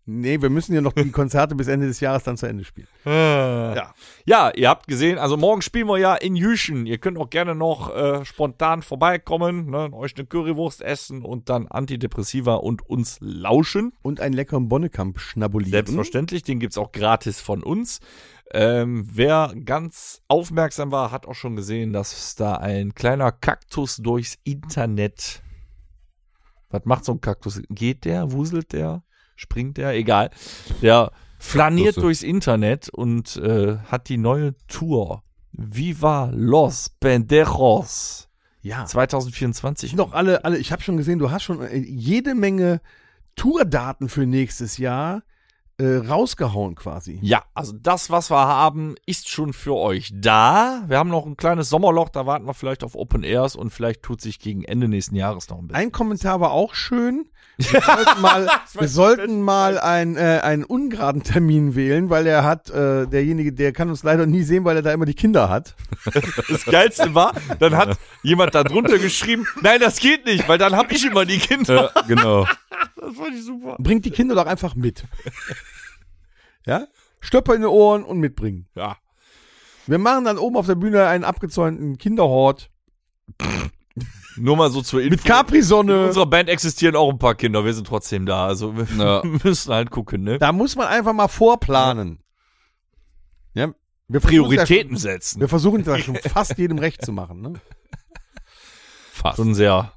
Speaker 2: Nee, wir müssen ja noch die Konzerte bis Ende des Jahres dann zu Ende spielen.
Speaker 3: Ja. ja, ihr habt gesehen, also morgen spielen wir ja in Jüschen. Ihr könnt auch gerne noch äh, spontan vorbeikommen, ne, euch eine Currywurst essen und dann Antidepressiva und uns lauschen.
Speaker 2: Und einen leckeren Bonnekamp schnabulieren.
Speaker 3: Selbstverständlich, den gibt's auch gratis von uns. Ähm, wer ganz aufmerksam war, hat auch schon gesehen, dass da ein kleiner Kaktus durchs Internet. Was macht so ein Kaktus? Geht der? Wuselt der? Springt der? Egal. Der flaniert
Speaker 4: Kaktusse.
Speaker 3: durchs Internet und äh, hat die neue Tour Viva los Pendejos ne?
Speaker 2: Ja.
Speaker 3: 2024.
Speaker 2: noch alle, alle, ich habe schon gesehen, du hast schon äh, jede Menge Tourdaten für nächstes Jahr äh, rausgehauen quasi.
Speaker 3: Ja, also das, was wir haben, ist schon für euch da. Wir haben noch ein kleines Sommerloch, da warten wir vielleicht auf Open Airs und vielleicht tut sich gegen Ende nächsten Jahres noch ein bisschen.
Speaker 2: Ein Kommentar war auch schön. Wir sollten mal, wir sollten mal ein, äh, einen ungeraden Termin wählen, weil er hat, äh, derjenige, der kann uns leider nie sehen, weil er da immer die Kinder hat.
Speaker 3: Das Geilste war, dann hat jemand da drunter geschrieben, nein, das geht nicht, weil dann hab ich immer die Kinder.
Speaker 4: Ja, genau.
Speaker 3: Das fand ich super.
Speaker 2: Bringt die Kinder doch einfach mit. Ja? Stöpper in die Ohren und mitbringen.
Speaker 3: Ja.
Speaker 2: Wir machen dann oben auf der Bühne einen abgezäunten Kinderhort.
Speaker 3: Nur mal so zur Info.
Speaker 2: Mit Capri-Sonne.
Speaker 3: In unserer Band existieren auch ein paar Kinder, wir sind trotzdem da. Also wir
Speaker 4: Ja.
Speaker 3: müssen halt gucken, ne?
Speaker 2: Da muss man einfach mal vorplanen. Ja, wir versuchen das ja
Speaker 3: Prioritäten
Speaker 2: schon-
Speaker 3: setzen.
Speaker 2: Wir versuchen das schon fast jedem recht zu machen. Ne?
Speaker 4: Fast.
Speaker 3: Schon sehr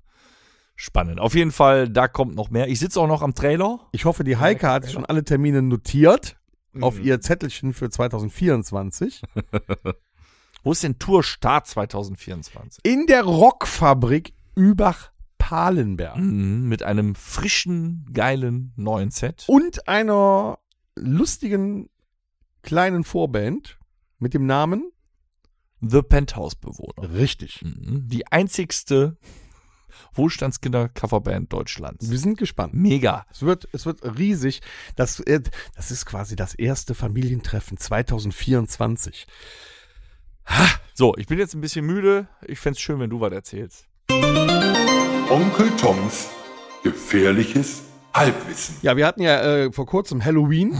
Speaker 3: spannend. Auf jeden Fall, da kommt noch mehr. Ich sitze auch noch am Trailer.
Speaker 2: Ich hoffe, die Heike hat schon alle Termine notiert auf ihr Zettelchen für 2024.
Speaker 3: Wo ist denn Tourstart 2024?
Speaker 2: In der Rockfabrik Übach-Palenberg.
Speaker 3: Mhm, mit einem frischen, geilen neuen Set.
Speaker 2: Und einer lustigen kleinen Vorband mit dem Namen.
Speaker 3: The Penthouse-Bewohner.
Speaker 2: Richtig.
Speaker 3: Mhm, die einzigste Wohlstandskinder-Coverband Deutschlands.
Speaker 2: Wir sind gespannt.
Speaker 3: Mega.
Speaker 2: Es wird, es wird riesig. Das, äh, das ist quasi das erste Familientreffen 2024.
Speaker 3: So, ich bin jetzt ein bisschen müde. Ich fänd's schön, wenn du was erzählst.
Speaker 1: Onkel Toms gefährliches Halbwissen.
Speaker 2: Ja, wir hatten ja äh, vor kurzem Halloween.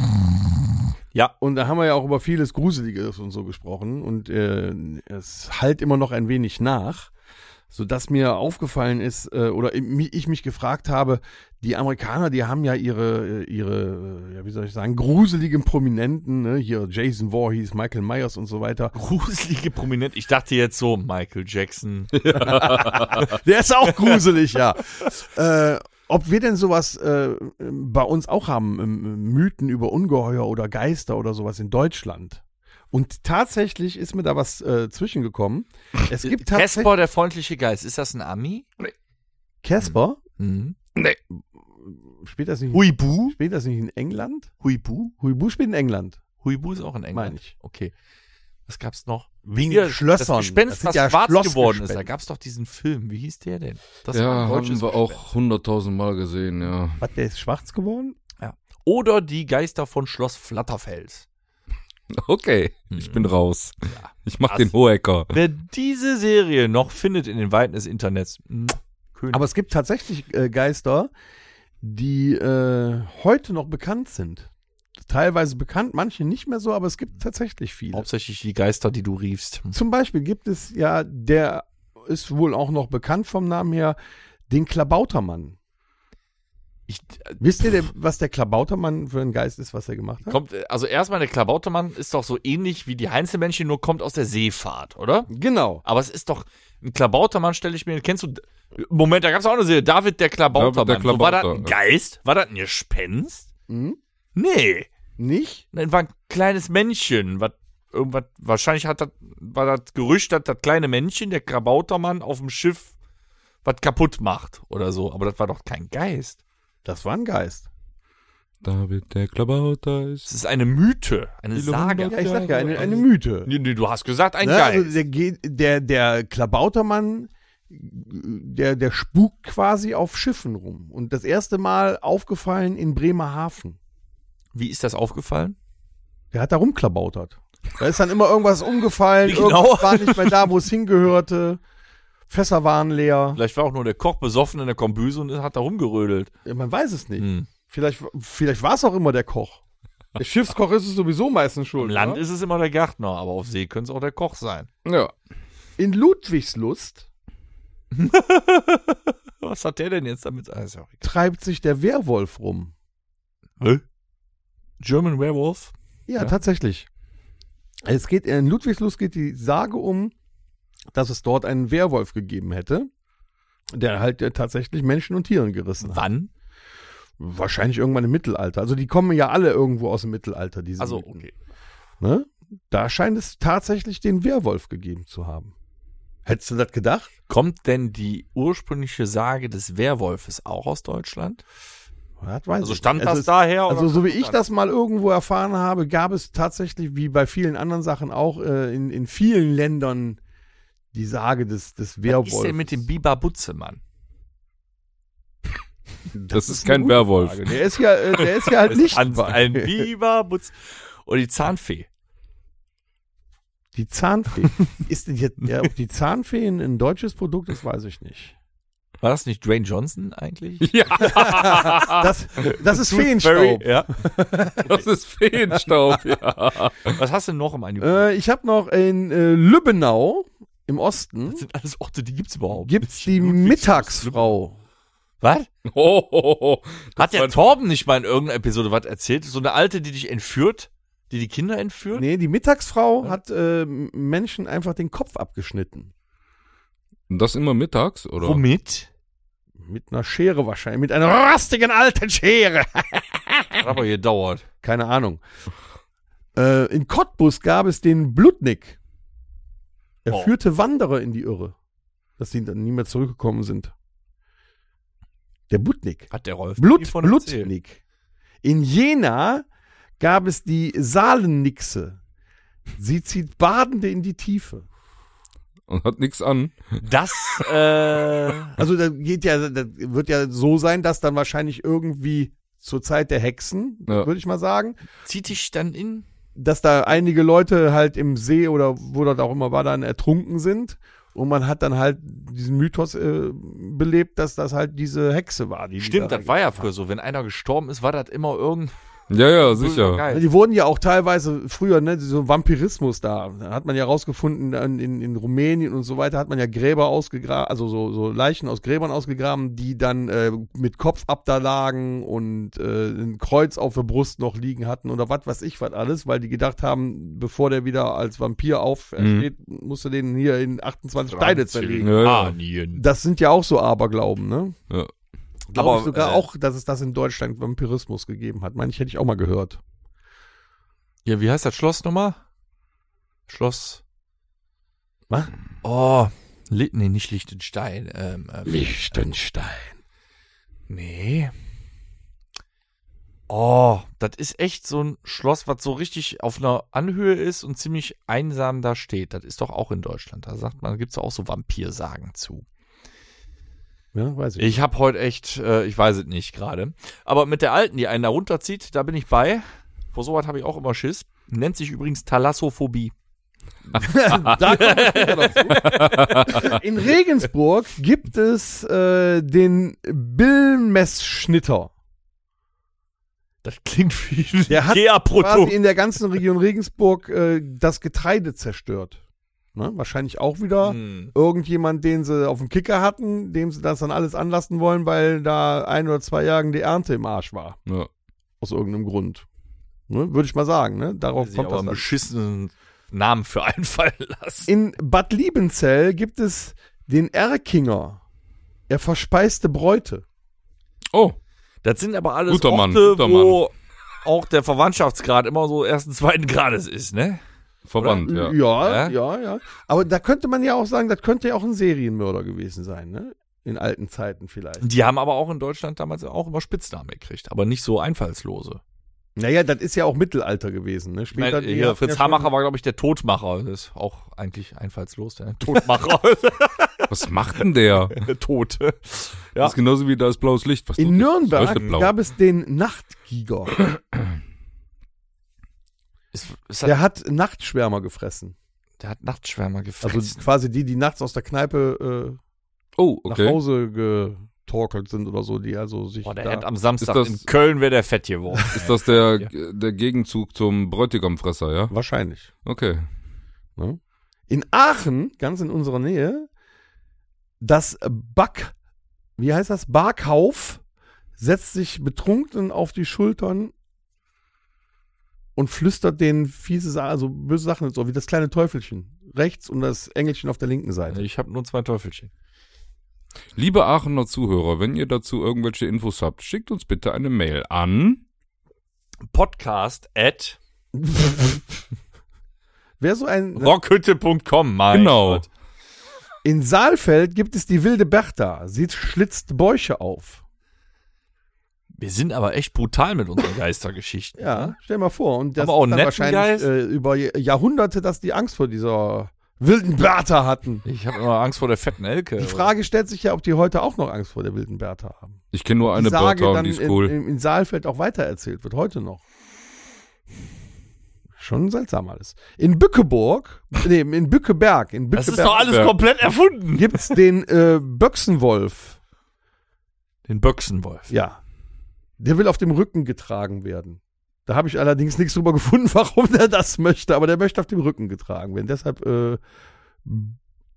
Speaker 3: Ja.
Speaker 2: Und da haben wir ja auch über vieles Gruseliges und so gesprochen. Und äh, es halt immer noch ein wenig nach, sodass mir aufgefallen ist, äh, oder ich mich gefragt habe, die Amerikaner, die haben ja ihre, äh, ihre, äh, ja, wie soll ich sagen, gruseligen Prominenten, ne? hier Jason Voorhees, Michael Myers und so weiter.
Speaker 3: Gruselige Prominent. Ich dachte jetzt so, Michael Jackson.
Speaker 2: Der ist auch gruselig, ja. Äh, ob wir denn sowas äh, bei uns auch haben, ähm, Mythen über Ungeheuer oder Geister oder sowas in Deutschland. Und tatsächlich ist mir da was äh, zwischengekommen. Es gibt tatsächlich
Speaker 3: Casper, der freundliche Geist. Ist das ein Ami?
Speaker 2: Casper.
Speaker 3: Mhm.
Speaker 2: Spielt das nicht?
Speaker 3: Huibu?
Speaker 2: Spielt das nicht in England?
Speaker 3: Huibu?
Speaker 2: Huibu spielt in England.
Speaker 3: Huibu ist auch in England.
Speaker 2: Meine ich.
Speaker 3: Okay. Was gab's noch?
Speaker 2: Wegen
Speaker 3: Hier,
Speaker 2: Schlössern.
Speaker 3: Das Gespenst,
Speaker 2: sind
Speaker 3: was
Speaker 2: ja
Speaker 3: schwarz
Speaker 2: Schlossgespenst.
Speaker 3: geworden ist. Da gab's doch diesen Film. Wie hieß der denn? Das war
Speaker 4: Ja,
Speaker 3: ein
Speaker 4: haben
Speaker 3: deutsches
Speaker 4: wir
Speaker 3: Gespenst.
Speaker 4: auch hunderttausend Mal gesehen, ja.
Speaker 2: Was, der ist schwarz geworden?
Speaker 3: Oder die Geister von Schloss Flatterfeld.
Speaker 4: Okay, ich bin raus. Ich mach
Speaker 3: Krass.
Speaker 4: den Hohecker.
Speaker 3: Wer diese Serie noch findet in den Weiten des Internets, mh, König.
Speaker 2: Aber es gibt tatsächlich äh, Geister, die äh, heute noch bekannt sind. Teilweise bekannt, manche nicht mehr so, aber es gibt tatsächlich viele.
Speaker 3: hauptsächlich die Geister, die du riefst.
Speaker 2: Zum Beispiel gibt es ja, der ist wohl auch noch bekannt vom Namen her, den Klabautermann.
Speaker 3: Ich, äh,
Speaker 2: Wisst ihr, der, was der Klabautermann für ein Geist ist, was er gemacht hat?
Speaker 3: kommt, äh, also erstmal der Klabautermann ist doch so ähnlich wie die Heinzelmännchen, nur kommt aus der Seefahrt, oder?
Speaker 2: Genau.
Speaker 3: Aber es ist doch ein Klabautermann, stelle ich mir. Kennst du? Moment, da gab es auch eine Serie. David der Klabautermann.
Speaker 4: David der
Speaker 3: so, war das
Speaker 4: Klabauter,
Speaker 3: ein Geist? War das ein Gespenst?
Speaker 2: Hm?
Speaker 3: Nee.
Speaker 2: Nicht?
Speaker 3: Nein, war ein kleines Männchen. Was, irgendwas, wahrscheinlich hat das, war das Gerücht, dass das kleine Männchen, der Klabautermann, auf dem Schiff was kaputt macht oder so. Aber das war doch kein Geist.
Speaker 2: Das war ein Geist.
Speaker 4: David, der Klabauter
Speaker 3: Das
Speaker 4: ist.
Speaker 3: ist eine Mythe, eine
Speaker 4: Die
Speaker 3: Sage.
Speaker 4: Lumber-
Speaker 2: Ja, ich sag ja, eine, eine Mythe.
Speaker 3: Nee, nee, du hast gesagt, ein
Speaker 2: Ne? Also
Speaker 3: Geist.
Speaker 2: der, geht- der, der Klabautermann, der, der spukt quasi auf Schiffen rum. Und das erste Mal aufgefallen in Bremerhaven.
Speaker 3: Wie ist das aufgefallen?
Speaker 2: Der hat da rumklabautert. Da ist dann immer irgendwas umgefallen,
Speaker 3: Wie genau?
Speaker 2: irgendwas war nicht mehr da, wo es hingehörte. Fässer waren leer.
Speaker 3: Vielleicht war auch nur der Koch besoffen in der Kombüse und hat da rumgerödelt.
Speaker 2: Ja, Man weiß es nicht.
Speaker 3: Hm.
Speaker 2: Vielleicht, vielleicht war es auch immer der Koch. Der Schiffskoch ist es sowieso meistens schuld.
Speaker 3: Im Land
Speaker 2: ne?
Speaker 3: ist es immer der Gärtner, aber auf See könnte es auch der Koch sein.
Speaker 4: Ja.
Speaker 2: In Ludwigslust
Speaker 3: Was hat der denn jetzt damit? Ah, sorry.
Speaker 2: treibt sich der Werwolf rum.
Speaker 3: German Werewolf?
Speaker 2: Ja,
Speaker 3: Ja.
Speaker 2: tatsächlich. Es geht in Ludwigslust geht die Sage um, dass es dort einen Werwolf gegeben hätte, der halt äh, tatsächlich Menschen und Tieren gerissen hat.
Speaker 3: Wann?
Speaker 2: Wahrscheinlich irgendwann im Mittelalter. Also die kommen ja alle irgendwo aus dem Mittelalter, diese
Speaker 3: Also,
Speaker 2: Mythen.
Speaker 3: okay.
Speaker 2: Ne? Da scheint es tatsächlich den Werwolf gegeben zu haben. Hättest du das gedacht?
Speaker 3: Kommt denn die ursprüngliche Sage des Werwolfes auch aus Deutschland?
Speaker 2: Das weiß
Speaker 3: Also
Speaker 2: ich
Speaker 3: stammt
Speaker 2: nicht.
Speaker 3: das
Speaker 2: es-
Speaker 3: daher?
Speaker 2: Also
Speaker 3: oder
Speaker 2: so wie
Speaker 3: kommt
Speaker 2: ich das mal irgendwo erfahren habe, gab es tatsächlich, wie bei vielen anderen Sachen auch, äh, in, in vielen Ländern die Sage des, des
Speaker 3: Was
Speaker 2: Werwolfs.
Speaker 3: ist denn mit dem Biber Butzemann?
Speaker 4: Das, ist
Speaker 2: eine
Speaker 4: kein
Speaker 2: gute
Speaker 4: Werwolf.
Speaker 2: Frage. Der ist ja, äh, der ist ja halt nicht
Speaker 3: An- Ein
Speaker 2: bei.
Speaker 3: Biber Butz Und die Zahnfee.
Speaker 2: Die Zahnfee. ist denn jetzt, ja, ob die Zahnfee ein ein deutsches Produkt ist, weiß ich nicht.
Speaker 3: War das nicht Dwayne Johnson eigentlich? Ah.
Speaker 2: Das, das ist
Speaker 3: Very-
Speaker 2: Feenstaub.
Speaker 3: Ja.
Speaker 4: Das ist Feenstaub, ja.
Speaker 3: Was hast du noch im Angebot?
Speaker 2: Äh, ich habe noch in äh, Lübbenau im Osten
Speaker 3: das sind alles Orte, die gibt's überhaupt.
Speaker 2: gibt's
Speaker 3: nicht.
Speaker 2: die
Speaker 3: Ludwig-
Speaker 2: Mittagsfrau.
Speaker 3: Was?
Speaker 4: Oh, oh, oh.
Speaker 3: Hat der
Speaker 4: war-
Speaker 3: Torben nicht mal in irgendeiner Episode was erzählt? So eine alte, die dich entführt? Die die Kinder entführt?
Speaker 2: Nee, die Mittagsfrau hat äh, Menschen einfach den Kopf abgeschnitten.
Speaker 4: Und das immer mittags, oder?
Speaker 3: Womit?
Speaker 2: Mit einer Schere wahrscheinlich, mit einer rostigen alten Schere.
Speaker 3: Hat aber gedauert.
Speaker 2: Keine Ahnung. Äh, in Cottbus gab es den Blutnick. Er
Speaker 3: Oh.
Speaker 2: führte Wanderer in die Irre, dass sie dann nie mehr zurückgekommen sind. Der Blutnick.
Speaker 3: Hat der Rolf. nie
Speaker 2: Blut,
Speaker 3: von erzählt.
Speaker 2: Blutnick. In Jena gab es die Salennixe. Sie zieht Badende in die Tiefe.
Speaker 4: Und hat nichts an.
Speaker 3: Das, äh,
Speaker 2: Also da geht ja, das wird ja so sein, dass dann wahrscheinlich irgendwie zur Zeit der Hexen,
Speaker 4: Ja.
Speaker 2: würde ich mal sagen,
Speaker 3: zieht dich dann in.
Speaker 2: dass da einige Leute halt im See oder wo das auch immer war, dann ertrunken sind. Und man hat dann halt diesen Mythos äh, belebt, dass das halt diese Hexe war. Die die
Speaker 3: Stimmt,
Speaker 2: da
Speaker 3: das war ja früher so. Wenn einer gestorben ist, war das immer irgend.
Speaker 4: Ja, ja, sicher.
Speaker 3: Geil.
Speaker 2: Ne, Die wurden ja auch teilweise früher, ne, so Vampirismus da. Da hat man ja rausgefunden, dann in, in Rumänien und so weiter hat man ja Gräber ausgegraben, also so, so Leichen aus Gräbern ausgegraben, die dann äh, mit Kopf ab da lagen und äh, ein Kreuz auf der Brust noch liegen hatten oder was weiß ich was alles, weil die gedacht haben, bevor der wieder als Vampir aufersteht, musst du den hier in 28 Steine zerlegen.
Speaker 4: Ja, ja.
Speaker 3: Anien.
Speaker 2: Das sind ja auch so Aberglauben, ne?
Speaker 4: Ja.
Speaker 2: Glaube ich
Speaker 3: Aber,
Speaker 2: sogar
Speaker 3: äh,
Speaker 2: auch, dass es das in Deutschland Vampirismus gegeben hat. Meine ich, hätte ich auch mal gehört.
Speaker 3: Ja, wie heißt das Schloss nochmal? Schloss.
Speaker 2: Was?
Speaker 3: Oh, Licht, nee, nicht Lichtenstein. Ähm, ähm,
Speaker 2: Liechtenstein.
Speaker 3: Nee. Oh, das ist echt so ein Schloss, was so richtig auf einer Anhöhe ist und ziemlich einsam da steht. Das ist doch auch in Deutschland. Da sagt man, gibt es auch so Vampirsagen zu.
Speaker 2: Ja, weiß ich.
Speaker 3: Ich habe heute echt, äh, ich weiß es nicht gerade. Aber mit der alten, die einen da runterzieht, da bin ich bei. Vor sowas habe ich auch immer Schiss. Nennt sich übrigens Thalassophobie.
Speaker 2: Da kommen wir später noch zu. In Regensburg gibt es äh, den Billmessschnitter.
Speaker 3: Das klingt wie
Speaker 2: Der hat Quasi
Speaker 3: Ikea-Produkt.
Speaker 2: in der ganzen Region Regensburg äh, das Getreide zerstört. Ne? Wahrscheinlich auch wieder
Speaker 3: Hm.
Speaker 2: irgendjemand, den sie auf dem Kicker hatten, dem sie das dann alles anlassen wollen, weil da ein oder zwei Jahren die Ernte im Arsch war.
Speaker 4: Ja.
Speaker 2: Aus irgendeinem Grund. Ne? Würde ich mal sagen. Ne? Darauf
Speaker 3: Sich
Speaker 2: kommt
Speaker 3: aber
Speaker 2: das
Speaker 3: einen
Speaker 2: dann.
Speaker 3: beschissenen Namen für einfallen lassen.
Speaker 2: In Bad Liebenzell gibt es den Erkinger. Er verspeiste Bräute.
Speaker 4: Oh,
Speaker 3: Das sind aber alles
Speaker 4: Guter
Speaker 3: Orte,
Speaker 4: Mann, guter
Speaker 3: wo auch der Verwandtschaftsgrad immer so ersten, zweiten Grades ist, ne?
Speaker 4: verwandt,
Speaker 2: Ja,
Speaker 4: ja.
Speaker 2: ja,
Speaker 3: Ja?
Speaker 2: ja, Aber da könnte man ja auch sagen, das könnte ja auch ein Serienmörder gewesen sein, ne? In alten Zeiten vielleicht.
Speaker 3: Die haben aber auch in Deutschland damals auch immer Spitznamen gekriegt, aber nicht so einfallslose.
Speaker 2: Naja, das ist ja auch Mittelalter gewesen, ne?
Speaker 3: Ich mein,
Speaker 2: die
Speaker 3: hier,
Speaker 2: hatten
Speaker 3: Fritz
Speaker 2: ja schon-
Speaker 3: Hamacher war, glaube ich, der Todmacher. Das ist auch eigentlich einfallslos, der Todmacher.
Speaker 4: Was macht denn der?
Speaker 3: Tot.
Speaker 4: Das
Speaker 3: Ja.
Speaker 4: ist genauso wie da ist blaues Licht. Was
Speaker 2: In
Speaker 4: tut das? Das
Speaker 2: Nürnberg
Speaker 4: leuchtet blau.
Speaker 2: gab es den Nachtgiger.
Speaker 3: Ist, ist
Speaker 2: Der
Speaker 3: der,
Speaker 2: hat Nachtschwärmer gefressen.
Speaker 3: der hat Also, Nachtschwärmer gefressen.
Speaker 2: Also quasi die, die nachts aus der Kneipe
Speaker 4: Oh,
Speaker 2: äh, nach
Speaker 4: okay.
Speaker 2: Hause abgetorkelt sind oder so, die also sich
Speaker 3: Boah, der
Speaker 2: da
Speaker 3: hätte am Samstag
Speaker 4: Ist das-
Speaker 3: in Köln wäre der fett geworden.
Speaker 4: Ist das der, der Gegenzug zum Bräutigamfresser, ja?
Speaker 2: wahrscheinlich.
Speaker 4: Okay.
Speaker 2: Ne? In Aachen, ganz in unserer Nähe, das Back, wie heißt das? Barkauf setzt sich Betrunkenen auf die Schultern und flüstert denen fiese, Sa- also böse Sachen, so wie das kleine Teufelchen rechts und das Engelchen auf der linken Seite.
Speaker 3: Ich habe nur zwei Teufelchen.
Speaker 4: Liebe Aachener Zuhörer, wenn ihr dazu irgendwelche Infos habt, schickt uns bitte eine Mail an.
Speaker 3: Podcast at
Speaker 2: Wer so ein
Speaker 3: rockhütte.com, mein
Speaker 4: Genau.
Speaker 3: Gott.
Speaker 2: In Saalfeld gibt es die wilde Bertha. Sie schlitzt Bäuche auf.
Speaker 3: Wir sind aber echt brutal mit ne? unseren Geistergeschichten.
Speaker 2: Ja, stell mal vor. Und das
Speaker 3: Aber auch
Speaker 2: ist dann
Speaker 3: netten
Speaker 2: wahrscheinlich
Speaker 3: Geist.
Speaker 2: äh, über J- Jahrhunderte, dass die Angst vor dieser wilden Bertha hatten.
Speaker 3: Ich habe immer Angst vor der fetten Elke.
Speaker 2: Die Frage stellt sich ja, ob die heute auch noch Angst vor der wilden Bertha haben.
Speaker 4: Ich kenne nur
Speaker 2: Die
Speaker 4: eine
Speaker 2: Sage
Speaker 4: Bertha und
Speaker 2: dann
Speaker 4: die ist
Speaker 2: in-
Speaker 4: cool.
Speaker 2: in, in Saalfeld auch weitererzählt wird, heute noch. Schon seltsam alles. In Bückeburg, nee, in Bückeberg, in
Speaker 3: das
Speaker 2: Bückeberg
Speaker 3: ist doch alles
Speaker 4: Ja.
Speaker 3: komplett erfunden.
Speaker 2: gibt's den äh, Böchsenwolf.
Speaker 3: Den Böchsenwolf.
Speaker 2: Ja. Der will auf dem Rücken getragen werden. Da habe ich allerdings nichts drüber gefunden, warum der das möchte, aber der möchte auf dem Rücken getragen werden. Deshalb äh,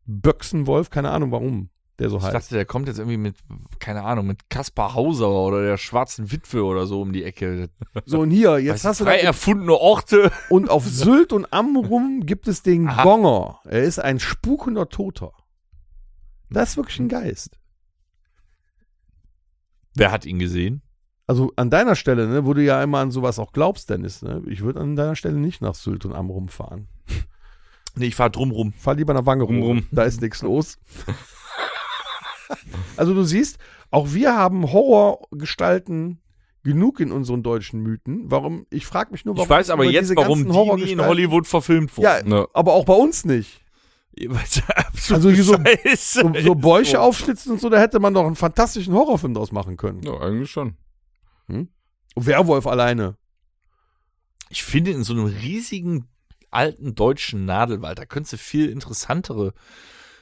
Speaker 2: Böchsenwolf, keine Ahnung warum der so
Speaker 3: Ich
Speaker 2: heißt.
Speaker 3: dachte, der kommt jetzt irgendwie mit, keine Ahnung, mit Kaspar Hauser oder der schwarzen Witwe oder so um die Ecke.
Speaker 2: So, und hier, jetzt
Speaker 3: Weißt du,
Speaker 2: hast du.
Speaker 3: frei
Speaker 2: Da,
Speaker 3: erfundene Orte.
Speaker 2: und auf Sylt und Amrum gibt es den
Speaker 3: Aha.
Speaker 2: Gonger. Er ist ein spukender Toter. Das ist wirklich ein Geist.
Speaker 3: Wer hat ihn gesehen?
Speaker 2: Also an deiner Stelle, ne, wo du ja immer an sowas auch glaubst, Dennis, ne, ich würde an deiner Stelle nicht nach Sylt und Amrum fahren.
Speaker 3: Nee, ich fahr drumrum.
Speaker 2: Fahr lieber nach Wangerooge.
Speaker 4: Rum, rum.
Speaker 2: Da ist nichts los. also du siehst, auch wir haben Horrorgestalten genug in unseren deutschen Mythen. Warum? Ich frage mich nur, warum
Speaker 3: Ich weiß aber
Speaker 2: über
Speaker 3: jetzt,
Speaker 2: diese
Speaker 3: warum
Speaker 2: ganzen
Speaker 3: die nie in
Speaker 2: Horrorgestalten-
Speaker 3: Hollywood ne? verfilmt
Speaker 2: Ja,
Speaker 3: wurden.
Speaker 4: Ja.
Speaker 2: aber auch bei uns nicht. Also
Speaker 3: also
Speaker 2: hier so-
Speaker 3: Scheiße.
Speaker 2: So, so
Speaker 3: ist.
Speaker 2: Bäuche aufschlitzen und so, da hätte man doch einen fantastischen Horrorfilm draus machen können.
Speaker 4: Ja, eigentlich schon.
Speaker 2: Werwolf alleine.
Speaker 3: Ich finde, in so einem riesigen alten deutschen Nadelwald, da könntest du viel interessantere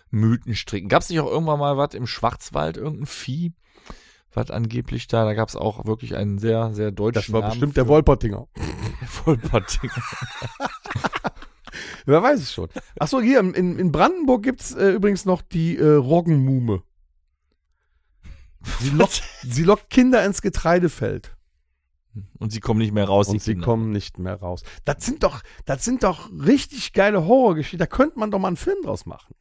Speaker 3: Mythen stricken. Gab es nicht auch irgendwann mal was im Schwarzwald, irgendein Vieh? Was angeblich da, da gab es auch wirklich einen sehr, sehr deutschen
Speaker 2: Das war
Speaker 3: Namen
Speaker 2: bestimmt der Wolpertinger.
Speaker 3: für Wolpertinger.
Speaker 2: Wer weiß es schon. Achso, hier in- in, in Brandenburg gibt es äh, übrigens noch die äh, Roggenmuhme. Sie lockt, sie lockt Kinder ins Getreidefeld.
Speaker 3: Und sie kommen nicht mehr raus. die
Speaker 2: und sie
Speaker 3: Kinder.
Speaker 2: kommen nicht mehr raus. Das sind doch, das sind doch richtig geile Horrorgeschichten. Da könnte man doch mal einen Film draus machen.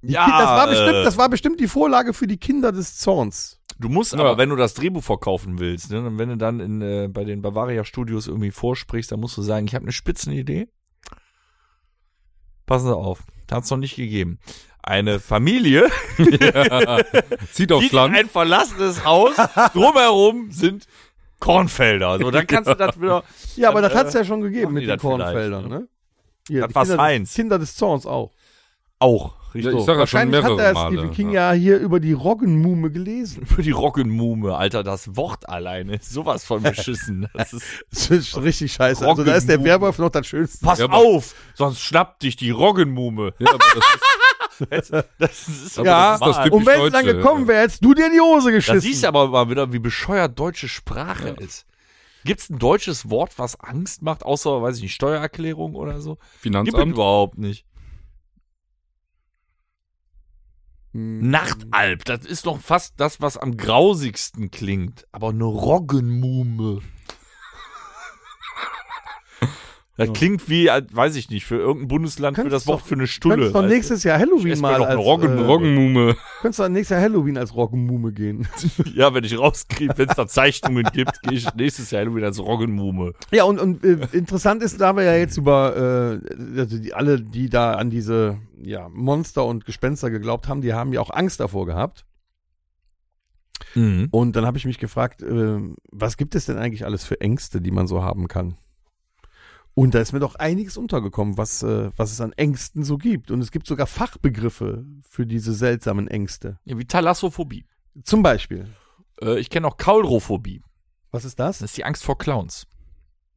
Speaker 3: Ja,
Speaker 2: das, war
Speaker 3: äh,
Speaker 2: bestimmt, das war bestimmt die Vorlage für die Kinder des Zorns.
Speaker 3: Du musst
Speaker 4: Ja.
Speaker 3: aber, wenn du das Drehbuch verkaufen willst, ne, und wenn du dann in, äh, bei den Bavaria Studios irgendwie vorsprichst, dann musst du sagen, ich habe eine Spitzenidee. Passen Sie auf, hat's noch nicht gegeben. Eine Familie
Speaker 4: Zieht aufs
Speaker 3: liegt in
Speaker 4: Land.
Speaker 3: ein verlassenes Haus, drumherum sind Kornfelder. So, dann kannst du das wieder.
Speaker 2: Ja, aber
Speaker 3: Dann,
Speaker 2: das
Speaker 3: äh,
Speaker 2: hat es ja schon
Speaker 3: machen
Speaker 2: gegeben mit
Speaker 3: die
Speaker 2: den
Speaker 3: das vielleicht, ne?
Speaker 2: Kornfeldern. Ne? Hier,
Speaker 3: Das
Speaker 2: die
Speaker 3: war's
Speaker 2: Kinder,
Speaker 3: eins.
Speaker 2: Kinder des Zorns auch.
Speaker 3: Auch,
Speaker 4: Ja,
Speaker 3: richtig.
Speaker 4: ich sag ja schon
Speaker 2: Wahrscheinlich hat
Speaker 4: mehrere
Speaker 2: der
Speaker 4: Male. ne?
Speaker 2: Stephen King
Speaker 4: ja.
Speaker 2: ja. hier über die Roggenmuhme gelesen.
Speaker 3: Für die Roggenmume, Alter, das Wort alleine ist sowas von beschissen. Das ist,
Speaker 2: Das ist schon richtig scheiße. Also da ist der
Speaker 3: Roggenmuhme.
Speaker 2: Werwolf noch das Schönste.
Speaker 3: pass
Speaker 4: Ja, aber-
Speaker 3: auf, sonst schnappt dich die Roggenmume.
Speaker 4: Ja, aber das ist,
Speaker 3: Das ist
Speaker 4: Aber
Speaker 2: Ja,
Speaker 4: das ist das
Speaker 3: normal.
Speaker 4: typisch
Speaker 2: Und wenn es dann
Speaker 4: Deutsche,
Speaker 2: gekommen
Speaker 4: ja.
Speaker 2: wäre, hättest du dir in die Hose
Speaker 3: Da siehst du
Speaker 2: geschissen.
Speaker 3: aber mal wieder, wie bescheuert deutsche Sprache ist. Gibt es ein deutsches Wort, was Angst macht, außer, weiß ich nicht, Steuererklärung oder so? Gibt es
Speaker 4: Finanzamt.
Speaker 3: überhaupt nicht.
Speaker 2: Hm.
Speaker 3: Nachtalb, das ist noch fast das, was am grausigsten klingt. Aber eine Roggenmume. Das klingt wie, äh, weiß ich nicht, für irgendein Bundesland für
Speaker 2: Könntest
Speaker 3: das Wort
Speaker 2: doch-
Speaker 3: für eine Stulle.
Speaker 2: Könntest doch
Speaker 3: weißt du?
Speaker 2: nächstes Jahr
Speaker 3: Ich
Speaker 2: Halloween
Speaker 3: ess mir
Speaker 2: mal
Speaker 3: doch eine
Speaker 2: als,
Speaker 3: Roggen-
Speaker 2: äh,
Speaker 4: Roggenmume.
Speaker 2: Könntest du dann nächstes Jahr Halloween als Roggenmume gehen?
Speaker 3: Ja, wenn ich rauskriege, wenn es da Zeichnungen gibt, gehe ich nächstes Jahr wieder als Roggenmume.
Speaker 2: Ja, und, und äh, interessant ist, da wir ja jetzt über äh, also die, alle, die da an diese ja, Monster und Gespenster geglaubt haben, die haben ja auch Angst davor gehabt.
Speaker 3: Mhm.
Speaker 2: Und dann habe ich mich gefragt, äh, was gibt es denn eigentlich alles für Ängste, die man so haben kann? Und da ist mir doch einiges untergekommen, was, äh, was es an Ängsten so gibt. Und es gibt sogar Fachbegriffe für diese seltsamen Ängste.
Speaker 3: Ja, wie Thalassophobie.
Speaker 2: Zum Beispiel,
Speaker 3: Äh, ich kenne auch Kaulrophobie.
Speaker 2: was ist das?
Speaker 3: Das ist die Angst vor Clowns.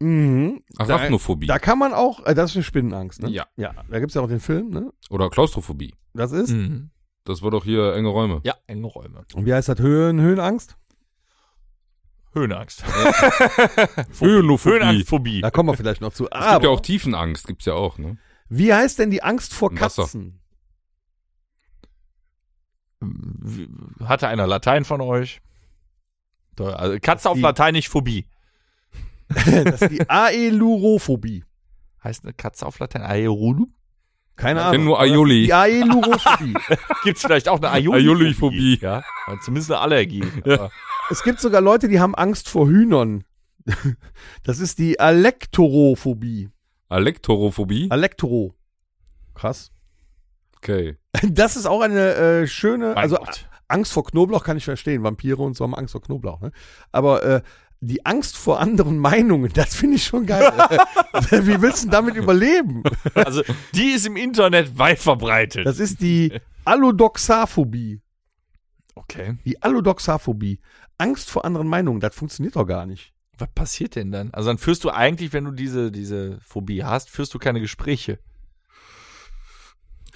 Speaker 2: Mhm. Da,
Speaker 4: Arachnophobie.
Speaker 2: da kann man auch, äh, das ist eine Spinnenangst, ne?
Speaker 4: Ja.
Speaker 2: Ja, da gibt es ja auch den Film, ne?
Speaker 4: Oder Klaustrophobie.
Speaker 2: Das ist.
Speaker 3: Mhm.
Speaker 4: Das war doch hier enge Räume.
Speaker 3: Ja, enge Räume.
Speaker 2: Und wie heißt das? Höhen, Höhenangst?
Speaker 3: Höhenangst.
Speaker 4: Höhenlophobie.
Speaker 3: Höhenangstphobie.
Speaker 2: Da kommen wir vielleicht noch zu.
Speaker 4: Es gibt ja
Speaker 2: Aber
Speaker 4: auch Tiefenangst, gibt's ja auch, ne?
Speaker 2: wie heißt denn die Angst vor
Speaker 4: Wasser.
Speaker 2: Katzen?
Speaker 3: Wie- Hatte einer Latein von euch? Da- Also Katze auf
Speaker 2: Die-
Speaker 3: Lateinisch Phobie.
Speaker 2: Das ist die Aelurophobie.
Speaker 3: Heißt eine Katze auf Latein Aeolum?
Speaker 2: Keine
Speaker 4: Ich kenn
Speaker 2: Ahnung.
Speaker 4: nur Aioli.
Speaker 2: Die Aelurophobie.
Speaker 3: Gibt's vielleicht auch eine
Speaker 4: Aioliphobie.
Speaker 3: Aioliphobie? Ja, zumindest eine Allergie. Aber
Speaker 2: es gibt sogar Leute, die haben Angst vor Hühnern. Das ist die Alektorophobie.
Speaker 4: Alektorophobie.
Speaker 2: Alektoro. Krass.
Speaker 4: Okay.
Speaker 2: Das ist auch eine äh, schöne,
Speaker 3: mein
Speaker 2: also
Speaker 3: Gott.
Speaker 2: Angst vor Knoblauch kann ich verstehen. Vampire und so haben Angst vor Knoblauch. Ne? Aber äh, die Angst vor anderen Meinungen, das finde ich schon geil. Wie willst du denn damit überleben?
Speaker 3: Also, die ist im Internet weit verbreitet.
Speaker 2: Das ist die Allodoxaphobie.
Speaker 3: okay.
Speaker 2: Die Allodoxaphobie. Angst vor anderen Meinungen, das funktioniert doch gar nicht.
Speaker 3: Was passiert denn dann? Also, dann führst du eigentlich, wenn du diese, diese Phobie hast, führst du keine Gespräche.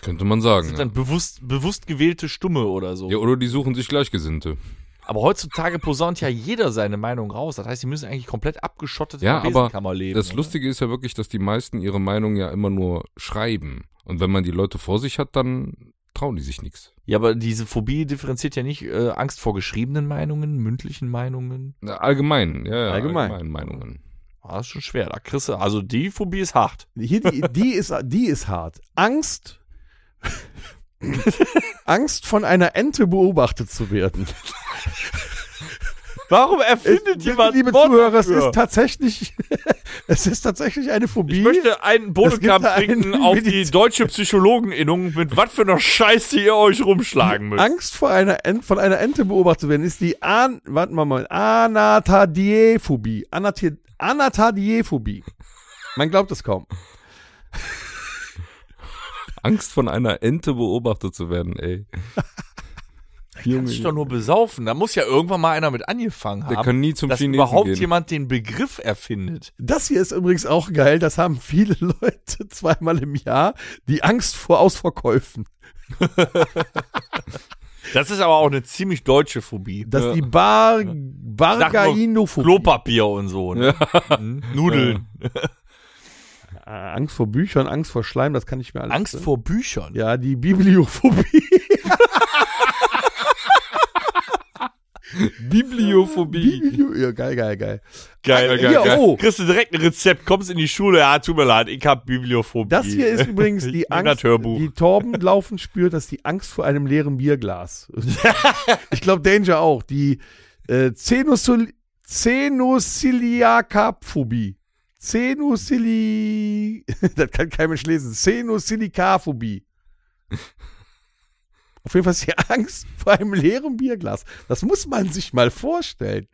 Speaker 4: Könnte man
Speaker 3: Das
Speaker 4: sagen.
Speaker 3: sind
Speaker 4: Ja.
Speaker 3: dann bewusst, bewusst gewählte Stimme oder so.
Speaker 4: ja, oder die suchen sich Gleichgesinnte.
Speaker 3: Aber heutzutage posaunt ja jeder seine Meinung raus. Das heißt, sie müssen eigentlich komplett abgeschottet
Speaker 4: Ja,
Speaker 3: in der
Speaker 4: aber
Speaker 3: Besenkammer leben. ne?
Speaker 4: Das
Speaker 3: oder?
Speaker 4: Lustige ist ja wirklich, dass die meisten ihre Meinung ja immer nur schreiben. Und wenn man die Leute vor sich hat, dann trauen die sich nichts.
Speaker 3: Ja, aber diese Phobie differenziert ja nicht äh, Angst vor geschriebenen Meinungen, mündlichen Meinungen.
Speaker 4: Na, Allgemein, ja, ja
Speaker 2: Allgemein.
Speaker 4: allgemein Meinungen.
Speaker 3: Ah, ist schon schwer. Da kriegst du, also die Phobie ist hart.
Speaker 2: Hier, die, die, ist, die ist hart. Angst. Angst von einer Ente beobachtet zu werden.
Speaker 3: Warum
Speaker 2: Es- liebe Zuhörer, es ist tatsächlich, es ist tatsächlich eine Phobie.
Speaker 3: ich möchte einen Bodenkampf
Speaker 2: Bodenkampf Es gibt einen trinken
Speaker 3: trinken
Speaker 2: auf
Speaker 3: auf
Speaker 2: die
Speaker 3: die
Speaker 2: Mediz-
Speaker 3: deutsche Psychologeninnung, mit was für einer Scheiße ihr euch rumschlagen müsst.
Speaker 2: Angst vor einer Ent, von einer Ente beobachtet zu werden ist die An, warten wir mal, Anatadiephobie. Anati- Anatadiephobie. Man glaubt es kaum.
Speaker 4: Angst von einer Ente beobachtet zu werden, ey.
Speaker 3: Kannst dich doch nur besaufen. Da muss ja irgendwann mal einer mit angefangen haben.
Speaker 4: Der kann nie zum
Speaker 3: dass
Speaker 4: Chinesen
Speaker 3: überhaupt
Speaker 4: gehen.
Speaker 3: jemand den Begriff erfindet.
Speaker 2: Das hier ist übrigens auch geil. Das haben viele Leute zweimal im Jahr. Die Angst vor Ausverkäufen.
Speaker 3: Das ist aber auch eine ziemlich deutsche Phobie.
Speaker 2: Das ist die Bar, Bargainophobie.
Speaker 3: Klopapier und so. Ne? Mhm. Nudeln.
Speaker 2: Ah, Angst vor Büchern, Angst vor Schleim, das kann ich mir alles.
Speaker 3: Angst vor Büchern.
Speaker 2: Ja, die Bibliophobie.
Speaker 4: Bibliophobie.
Speaker 2: Biblio ja, geil, geil, geil.
Speaker 3: Geil,
Speaker 2: Hier, oh,
Speaker 3: Kriegst du direkt ein Rezept, kommst in die Schule, ja, tut mir leid, ich hab Bibliophobie.
Speaker 2: Das hier ist übrigens
Speaker 3: Ich
Speaker 2: die
Speaker 3: nehm
Speaker 2: Angst,
Speaker 3: das Hörbuch.
Speaker 2: die Torben laufen spürt, dass die Angst vor einem leeren Bierglas. ich glaube Danger auch. Die äh, Zenusol- Zenusiliakaphobie. Zenusili... das kann kein Mensch lesen. Zenusilicaphobie. Auf jeden Fall ist die Angst vor einem leeren Bierglas. Das muss man sich mal vorstellen.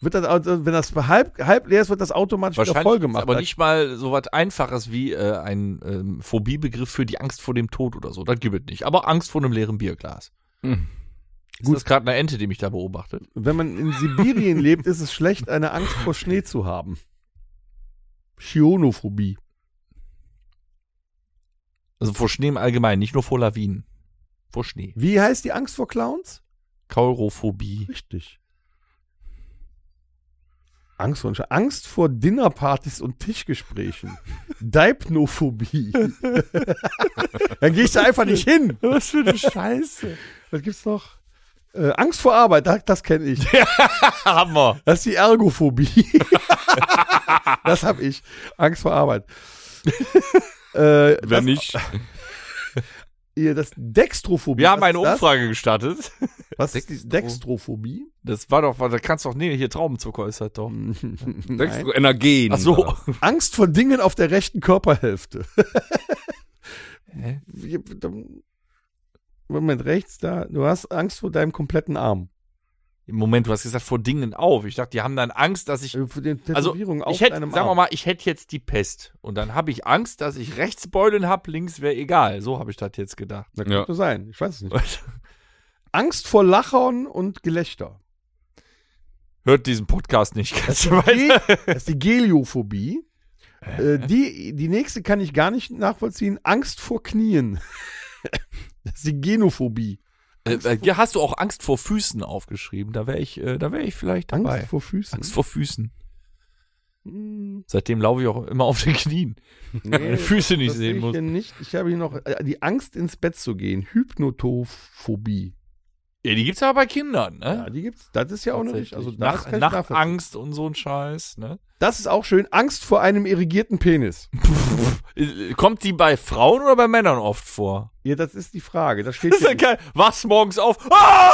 Speaker 2: Wird das, Auto- wenn das halb, halb leer ist, wird das automatisch wieder voll
Speaker 3: Wahrscheinlich ist
Speaker 2: gemacht.
Speaker 3: aber nicht mal so was Einfaches wie äh, ein ähm, Phobie-Begriff für die Angst vor dem Tod oder so. Das gibt es nicht. Aber Angst vor einem leeren Bierglas.
Speaker 2: Hm.
Speaker 4: Mhm.
Speaker 3: Ist das gerade eine Ente, die mich da beobachtet?
Speaker 2: Wenn man in Sibirien lebt, ist es schlecht, eine Angst vor Schnee zu haben. Schionophobie.
Speaker 3: Also vor Schnee im Allgemeinen, nicht nur vor Lawinen. Vor Schnee.
Speaker 2: Wie heißt die Angst vor Clowns?
Speaker 3: Kaurophobie.
Speaker 2: Richtig. Angst vor, Angst vor Dinnerpartys und Tischgesprächen. Deipnophobie. Dann gehe ich da einfach nicht hin.
Speaker 3: Was für eine Scheiße.
Speaker 2: Was gibt's noch? Äh, Angst vor Arbeit, das, das kenne ich.
Speaker 3: Hammer.
Speaker 2: Das ist die Ergophobie. das habe ich. Angst vor Arbeit. äh,
Speaker 4: Wenn nicht,
Speaker 2: Ihr, das Dextrophobie.
Speaker 3: Wir haben
Speaker 2: was
Speaker 3: eine
Speaker 2: ist das?
Speaker 3: Umfrage gestartet.
Speaker 2: Was ist die Dextrophobie?
Speaker 3: Das war doch, da kannst doch, nee, hier Traubenzucker ist halt doch.
Speaker 4: Denkst
Speaker 2: Nein.
Speaker 4: du, Energen.
Speaker 3: Ach so.
Speaker 2: Angst vor Dingen auf der rechten Körperhälfte.
Speaker 3: Hä?
Speaker 2: Wir- dann- Moment, rechts da. Du hast Angst vor deinem kompletten Arm.
Speaker 3: Im Moment, du hast gesagt, vor Dingen auf. Ich dachte, die haben dann Angst, dass ich.
Speaker 2: Äh, Vor den
Speaker 3: Also,
Speaker 2: Tätowierungen auf
Speaker 3: ich hätte,
Speaker 2: deinem
Speaker 3: sagen wir
Speaker 2: Arm.
Speaker 3: mal, ich hätte jetzt die Pest. Und dann habe ich Angst, dass ich rechts Beulen habe, links wäre egal. So habe ich das jetzt gedacht.
Speaker 2: Das
Speaker 4: Ja.
Speaker 2: könnte sein. Ich weiß es nicht. Angst vor Lachern und Gelächter.
Speaker 3: Hört diesen Podcast
Speaker 2: Äh,
Speaker 3: nicht ganz
Speaker 2: Die,
Speaker 3: weit.
Speaker 2: das ist die Geliophobie. Äh, die, die nächste kann ich gar nicht nachvollziehen. Angst vor Knien. Das ist die Genophobie.
Speaker 3: Äh, äh, hier hast du auch Angst vor Füßen aufgeschrieben. Da wäre ich, äh, da wäre ich vielleicht dabei.
Speaker 2: Angst vor Füßen.
Speaker 3: Angst vor Füßen.
Speaker 2: Hm,
Speaker 3: Seitdem laufe ich auch immer auf den Knien.
Speaker 2: nee,
Speaker 3: Meine Füße nicht
Speaker 2: das sehe
Speaker 3: sehen
Speaker 2: ich
Speaker 3: muss.
Speaker 2: hier nicht. Ich habe hier noch äh, die Angst, ins Bett zu gehen. Hypnotophobie.
Speaker 3: Ja, die gibt's ja bei Kindern,
Speaker 2: Ja,
Speaker 3: ne?
Speaker 2: die gibt's. Das ist ja auch noch nicht.
Speaker 3: Tatsächlich.
Speaker 2: Also da
Speaker 3: Nach,
Speaker 2: ist kein
Speaker 3: nach
Speaker 2: Strafvollzug.
Speaker 3: Angst und so ein Scheiß, ne?
Speaker 2: Das ist auch schön. Angst vor einem irrigierten Penis.
Speaker 3: Äh, Kommt die bei Frauen oder bei Männern oft vor?
Speaker 2: Ja, das ist die Frage. Das steht
Speaker 3: Das ist ja
Speaker 2: hier. nicht.
Speaker 3: geil. Wachst morgens auf. Ah!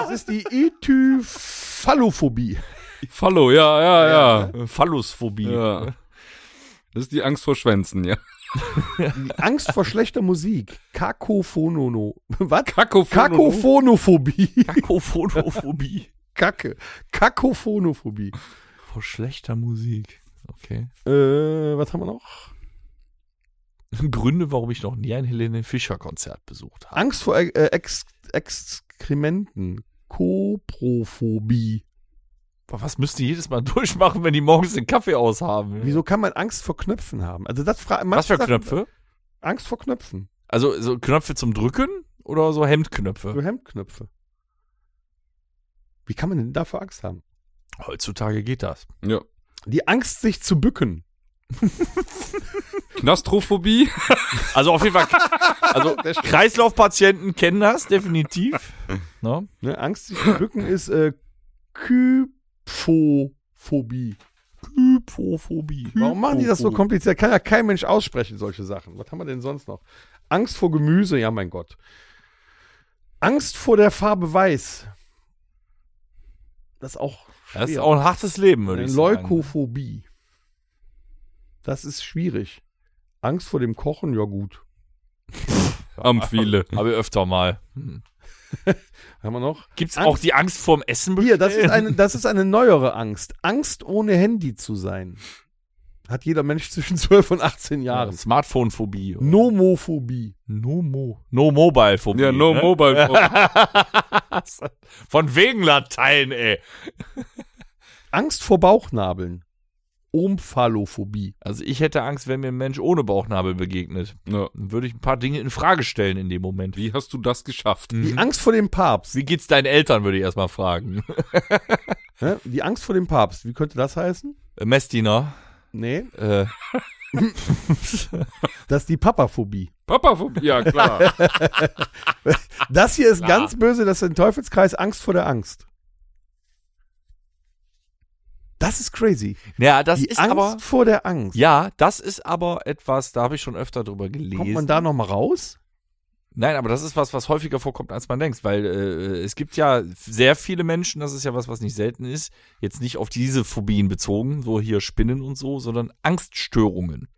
Speaker 2: Das ist die Ityphalophobie.
Speaker 4: Fallo, ja, ja, ja.
Speaker 3: Ah! Phallusphobie.
Speaker 4: ja. Das ist die Angst vor Schwänzen, ja.
Speaker 2: Die Angst vor schlechter Musik. Kakophonono. Was?
Speaker 4: Kakophonophobie.
Speaker 2: Kakophonophobie.
Speaker 3: Kakophonophobie.
Speaker 2: Kacke. Kakophonophobie.
Speaker 3: Vor schlechter Musik. Okay.
Speaker 2: Äh, was haben wir noch?
Speaker 3: Gründe, warum ich noch nie ein Helene Fischer Konzert besucht habe.
Speaker 2: Angst vor äh, Ex Exkrementen. Koprophobie.
Speaker 3: Boah, Was müsst ihr jedes Mal durchmachen, wenn die morgens den Kaffee aushaben?
Speaker 2: Wieso kann man Angst vor Knöpfen haben? Also das fragt
Speaker 3: Was für Knöpfe?
Speaker 2: Angst vor Knöpfen.
Speaker 3: Also so Knöpfe zum Drücken oder so Hemdknöpfe?
Speaker 2: So Hemdknöpfe. Wie kann man denn davor Angst haben?
Speaker 3: Heutzutage geht das.
Speaker 4: Ja.
Speaker 2: Die Angst, sich zu bücken.
Speaker 4: Knastrophobie.
Speaker 3: Also auf jeden Fall, also Kreislaufpatienten kennen das definitiv. Ne?
Speaker 2: Ne? Angst, sich zu bücken ist äh, Kyphophobie.
Speaker 3: Hypophobie.
Speaker 2: Warum machen die das so kompliziert? Kann ja kein Mensch aussprechen, solche Sachen. Was haben wir denn sonst noch? Angst vor Gemüse, ja mein Gott. Angst vor der Farbe Weiß. Das ist auch schwer.
Speaker 3: Das ist auch ein hartes Leben, würde ich sagen.
Speaker 2: Leukophobie. Das ist schwierig. Angst vor dem Kochen, ja gut.
Speaker 4: Haben viele.
Speaker 3: Habe ich öfter mal. Hm.
Speaker 2: Haben wir noch?
Speaker 3: Gibt's
Speaker 2: Angst-
Speaker 3: auch die Angst vorm Essen?
Speaker 2: Hier, das ist,
Speaker 3: bestellen?
Speaker 2: eine, das ist eine neuere Angst. Angst, ohne Handy zu sein. Hat jeder Mensch zwischen 12 und 18
Speaker 3: Ja,
Speaker 2: Jahren.
Speaker 3: Smartphone-Phobie.
Speaker 2: Nomophobie.
Speaker 3: No, mo no Mobile-Phobie.
Speaker 4: Ja, no
Speaker 3: ne?
Speaker 4: mobile. phobie.
Speaker 3: Von wegen Latein, ey.
Speaker 2: Angst vor Bauchnabeln. Omphalophobie.
Speaker 3: Also ich hätte Angst, wenn mir ein Mensch ohne Bauchnabel begegnet.
Speaker 4: Ja.
Speaker 3: Dann würde ich ein paar Dinge in Frage stellen in dem Moment.
Speaker 4: Wie hast du das geschafft?
Speaker 2: Die
Speaker 3: Mhm.
Speaker 2: Angst vor dem Papst.
Speaker 3: Wie geht's deinen Eltern, würde ich erstmal fragen.
Speaker 2: Ne? Die Angst vor dem Papst. Wie könnte das heißen?
Speaker 3: Äh, Messdiener.
Speaker 2: Nee,
Speaker 3: Äh,
Speaker 2: das ist die Papaphobie.
Speaker 4: Papaphobie. Ja, klar.
Speaker 2: Das hier ist
Speaker 3: Klar.
Speaker 2: ganz böse, das ist ein Teufelskreis Angst vor der Angst. Das ist crazy.
Speaker 3: ja, das
Speaker 2: die
Speaker 3: ist
Speaker 2: Angst
Speaker 3: aber.
Speaker 2: vor der Angst.
Speaker 3: Ja, das ist aber etwas, da habe ich schon öfter drüber gelesen.
Speaker 2: Kommt man da nochmal raus?
Speaker 3: Nein, aber das ist was, was häufiger vorkommt, als man denkt, weil äh, es gibt ja sehr viele Menschen, das ist ja was, was nicht selten ist, jetzt nicht auf diese Phobien bezogen, so hier Spinnen und so, sondern Angststörungen.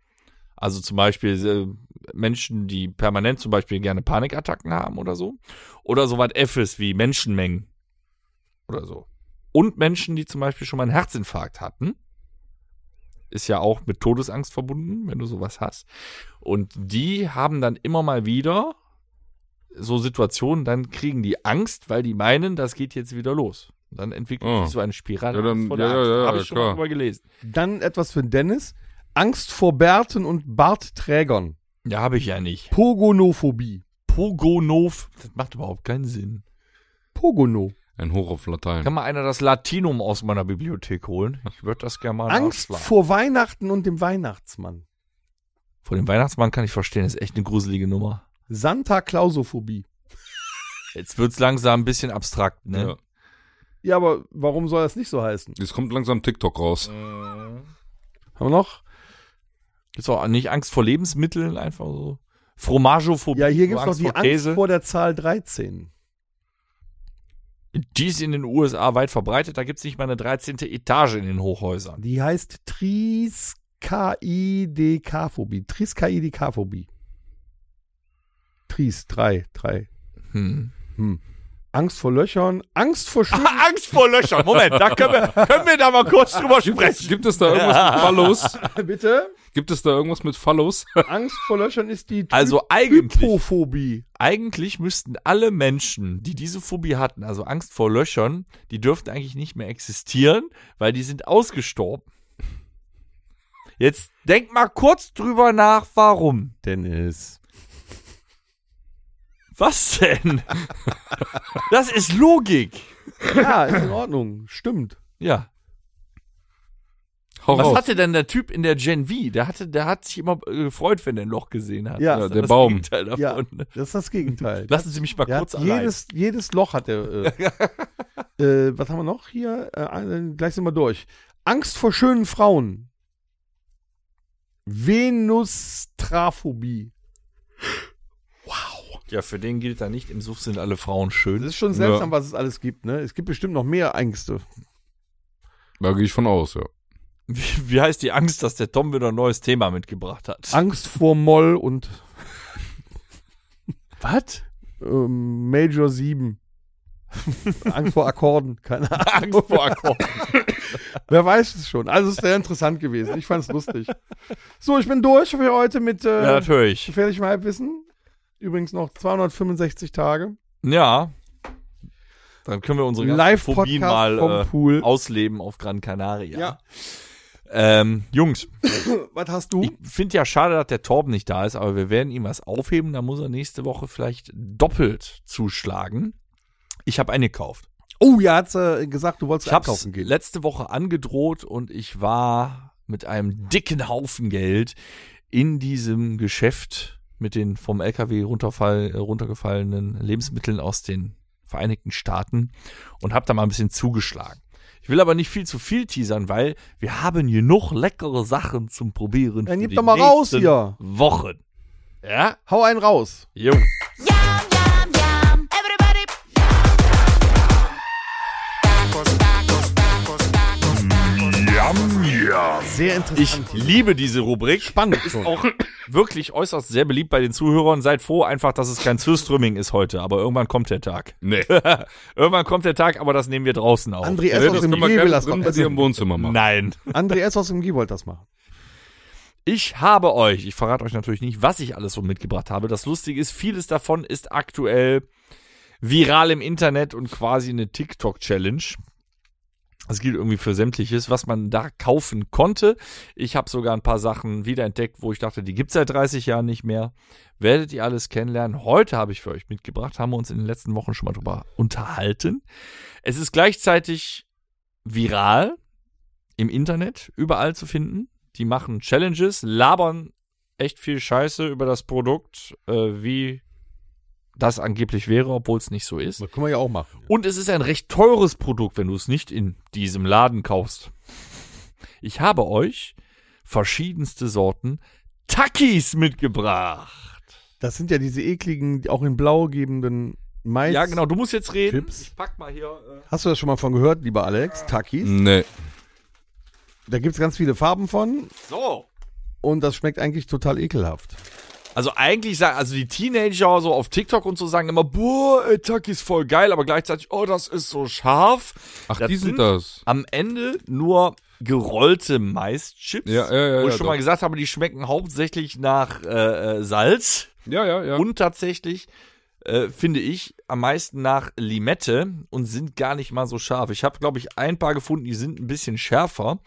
Speaker 3: Also zum Beispiel äh, Menschen, die permanent zum Beispiel gerne Panikattacken haben oder so. Oder so was Effes wie Menschenmengen oder so. Und Menschen, die zum Beispiel schon mal einen Herzinfarkt hatten. Ist ja auch mit Todesangst verbunden, wenn du sowas hast. Und die haben dann immer mal wieder so Situationen, dann kriegen die Angst, weil die meinen, das geht jetzt wieder los. Und dann entwickelt
Speaker 4: Oh.
Speaker 3: sich so eine Spirale.
Speaker 4: Ja, dann-
Speaker 3: von der
Speaker 4: ja,
Speaker 3: Angst.
Speaker 4: ja, ja,
Speaker 3: Hab ich schon mal
Speaker 4: klar.
Speaker 3: drüber gelesen.
Speaker 2: Dann etwas für Dennis. Angst vor Bärten und Bartträgern.
Speaker 3: Ja, habe ich ja nicht.
Speaker 2: Pogonophobie.
Speaker 3: Pogonov, das macht überhaupt keinen Sinn.
Speaker 2: Pogono.
Speaker 4: Ein Hoch auf Latein.
Speaker 3: Kann mal einer das Latinum aus meiner Bibliothek holen? Ich würde das gerne mal
Speaker 2: Angst
Speaker 3: nachschlagen.
Speaker 2: vor Weihnachten und dem Weihnachtsmann.
Speaker 3: Vor dem Weihnachtsmann kann ich verstehen, ist echt eine gruselige Nummer.
Speaker 2: Santa Clausophobie.
Speaker 3: Jetzt wird's langsam ein bisschen abstrakt, ne?
Speaker 4: Ja.
Speaker 2: Ja, aber warum soll das nicht so heißen?
Speaker 4: Jetzt kommt langsam TikTok raus.
Speaker 2: Haben wir noch?
Speaker 3: Gibt's auch nicht Angst vor Lebensmitteln, einfach so. Fromageophobie,
Speaker 2: Ja, hier gibt es noch
Speaker 3: Angst
Speaker 2: die
Speaker 3: vor
Speaker 2: Angst
Speaker 3: Käse.
Speaker 2: vor der Zahl 13.
Speaker 3: die ist in den USA weit verbreitet, da gibt's nicht mal eine 13. Etage in den Hochhäusern.
Speaker 2: Die heißt Triskaidekaphobie. Triskaidekaphobie. Tris, drei, drei.
Speaker 3: Hm.
Speaker 2: Angst vor Löchern, Angst vor Schwimmen.
Speaker 3: Ah, Angst vor Löchern, Moment, da können wir, können wir da mal kurz drüber sprechen.
Speaker 4: Gibt es da irgendwas mit Fallos?
Speaker 2: Bitte?
Speaker 4: Gibt es da irgendwas mit Fallos?
Speaker 2: Angst vor Löchern ist die
Speaker 3: Also eigentlich
Speaker 2: Hypophobie.
Speaker 3: eigentlich müssten alle Menschen, die diese Phobie hatten, also Angst vor Löchern, die dürften eigentlich nicht mehr existieren, weil die sind ausgestorben. Jetzt denk mal kurz drüber nach, warum.
Speaker 2: Dennis.
Speaker 3: Was denn? das ist Logik.
Speaker 2: Ja, ist in Ordnung. Stimmt.
Speaker 3: Ja.
Speaker 4: Hau
Speaker 3: Was
Speaker 4: raus.
Speaker 3: hatte denn der Typ in der Gen V? Der, hatte, der hat sich immer äh, gefreut, wenn er ein Loch gesehen hat.
Speaker 2: Ja.
Speaker 3: Das ist
Speaker 4: Ja, der
Speaker 3: das
Speaker 4: Baum.
Speaker 3: Gegenteil
Speaker 2: Ja,
Speaker 3: davon.
Speaker 2: das ist das Gegenteil.
Speaker 3: Lassen Sie mich mal
Speaker 2: Der
Speaker 3: kurz
Speaker 2: hat
Speaker 3: allein.
Speaker 2: jedes, jedes Loch hat er. Äh, äh, was haben wir noch hier? Äh, ein- gleich sind wir durch. Angst vor schönen Frauen. Venustraphobie.
Speaker 3: ja, für den gilt da nicht, im Suff sind alle Frauen
Speaker 2: Das
Speaker 3: schön.
Speaker 2: ist schon seltsam, was es alles gibt, ne? Es gibt bestimmt noch mehr Ängste.
Speaker 4: Da gehe ich von aus, ja.
Speaker 3: Wie, wie heißt die Angst, dass der Tom wieder ein neues Thema mitgebracht hat?
Speaker 2: Angst vor Moll und
Speaker 3: was?
Speaker 2: ähm, Major 7. Angst vor Akkorden, keine Ahnung.
Speaker 3: Angst vor Akkord.
Speaker 2: Wer weiß es schon. Also es ist sehr interessant gewesen. Ich fand es lustig. So, ich bin durch für heute mit äh,
Speaker 3: ja, natürlich.
Speaker 2: gefährlichem Halbwissen. Übrigens noch 265 Tage.
Speaker 3: Ja. Dann können wir unsere ganze Phobie
Speaker 2: Live-Podcast vom
Speaker 3: mal äh,
Speaker 2: Pool.
Speaker 3: ausleben auf Gran Canaria.
Speaker 2: Ja.
Speaker 3: Ähm, Jungs,
Speaker 2: Was hast du?
Speaker 3: Ich finde ja schade, dass der Torben nicht da ist, aber wir werden ihm was aufheben. Da muss er nächste Woche vielleicht doppelt zuschlagen. Ich habe eingekauft.
Speaker 2: oh ja, hat's äh, gesagt, du wolltest
Speaker 3: Ich habe letzte Woche angedroht und ich war mit einem dicken Haufen Geld in diesem Geschäft mit den vom LKW runterfall, äh, runtergefallenen Lebensmitteln aus den Vereinigten Staaten und habe da mal ein bisschen zugeschlagen. Ich will aber nicht viel zu viel teasern, weil wir haben genug leckere Sachen zum Probieren.
Speaker 2: Dann
Speaker 3: für
Speaker 2: gib
Speaker 3: die
Speaker 2: doch mal raus
Speaker 3: nächsten
Speaker 2: hier.
Speaker 3: Wochen. Ja?
Speaker 2: Hau einen raus.
Speaker 3: Jo.
Speaker 5: Yum, yum, yum. Everybody.
Speaker 1: Yum, yum.
Speaker 2: Sehr interessant.
Speaker 3: Ich liebe diese Rubrik.
Speaker 2: Spannend schon.
Speaker 3: Auch wirklich äußerst sehr beliebt bei den Zuhörern. Seid froh einfach, dass es kein Surströmming ist heute, aber irgendwann kommt der Tag.
Speaker 4: Nee.
Speaker 3: Irgendwann kommt der Tag, aber das nehmen wir draußen auf.
Speaker 2: André S.
Speaker 4: Nee,
Speaker 2: aus
Speaker 4: das
Speaker 2: dem
Speaker 4: können
Speaker 2: G
Speaker 4: wir
Speaker 2: will
Speaker 4: gerne
Speaker 2: das
Speaker 4: drin bei dir im
Speaker 2: machen.
Speaker 4: Wohnzimmer machen.
Speaker 3: Nein.
Speaker 2: André S. aus dem G wollte das machen.
Speaker 3: Ich habe euch, ich verrate euch natürlich nicht, was ich alles so mitgebracht habe. Das Lustige ist, vieles davon ist aktuell viral im Internet und quasi eine TikTok-Challenge. Das gilt irgendwie für sämtliches, was man da kaufen konnte. Ich habe sogar ein paar Sachen wiederentdeckt, wo ich dachte, die gibt es seit 30 Jahren nicht mehr. Werdet ihr alles kennenlernen. Heute habe ich für euch mitgebracht, haben wir uns in den letzten Wochen schon mal drüber unterhalten. Es ist gleichzeitig viral im Internet, überall zu finden. Die machen Challenges, labern echt viel Scheiße über das Produkt, äh, wie das angeblich wäre, obwohl es nicht so ist.
Speaker 2: Das können wir ja auch machen.
Speaker 3: Und es ist ein recht teures Produkt, wenn du es nicht in diesem Laden kaufst. Ich habe euch verschiedenste Sorten Takis mitgebracht.
Speaker 2: Das sind ja diese ekligen, die auch in blau gebenden Mais.
Speaker 3: Ja, genau, du musst jetzt reden.
Speaker 2: Chips?
Speaker 3: Ich pack mal hier.
Speaker 2: Hast du das schon mal von gehört, lieber Alex? Takis.
Speaker 3: Mhm.
Speaker 4: Nee.
Speaker 2: Da gibt es ganz viele Farben von
Speaker 3: Äh, so.
Speaker 2: und das schmeckt eigentlich total ekelhaft.
Speaker 3: Also eigentlich sagen, also die Teenager so auf TikTok und so sagen immer, boah, ey, Takis voll geil, aber gleichzeitig, oh, das ist so scharf.
Speaker 4: Ach,
Speaker 3: Das
Speaker 4: die sind
Speaker 3: sind-
Speaker 4: das.
Speaker 3: Am Ende nur gerollte Maischips.
Speaker 4: Ja, ja, ja,
Speaker 3: Wo ich
Speaker 4: ja,
Speaker 3: schon
Speaker 4: doch.
Speaker 3: mal gesagt habe, die schmecken hauptsächlich nach äh, äh, Salz.
Speaker 4: Ja, ja, ja.
Speaker 3: Und tatsächlich äh, finde ich am meisten nach Limette und sind gar nicht mal so scharf. Ich habe, glaube ich, ein paar gefunden, die sind ein bisschen schärfer,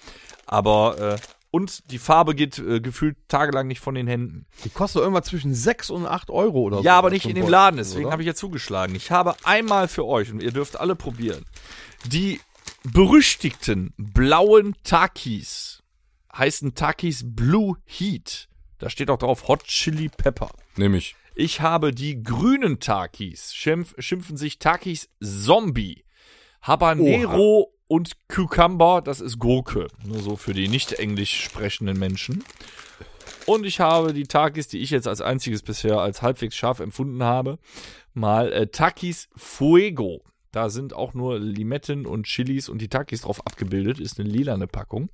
Speaker 3: aber äh, und die Farbe geht äh, gefühlt tagelang nicht von den Händen.
Speaker 2: Die kostet doch irgendwas zwischen 6 und 8 Euro oder so.
Speaker 3: ja, aber nicht in dem Laden, deswegen
Speaker 2: oder?
Speaker 3: habe ich ja zugeschlagen. Ich habe einmal für euch, und ihr dürft alle probieren, die berüchtigten blauen Takis heißen Takis Blue Heat. Da steht auch drauf Hot Chili Pepper.
Speaker 4: Nehme ich.
Speaker 3: Ich habe die grünen Takis, schimpf, schimpfen sich Takis Zombie, Habanero und Cucumber, das ist Gurke. Nur so für die nicht englisch sprechenden Menschen. Und ich habe die Takis, die ich jetzt als einziges bisher als halbwegs scharf empfunden habe, mal äh, Takis Fuego. Da sind auch nur Limetten und Chilis und die Takis drauf abgebildet. Ist eine lilane Packung.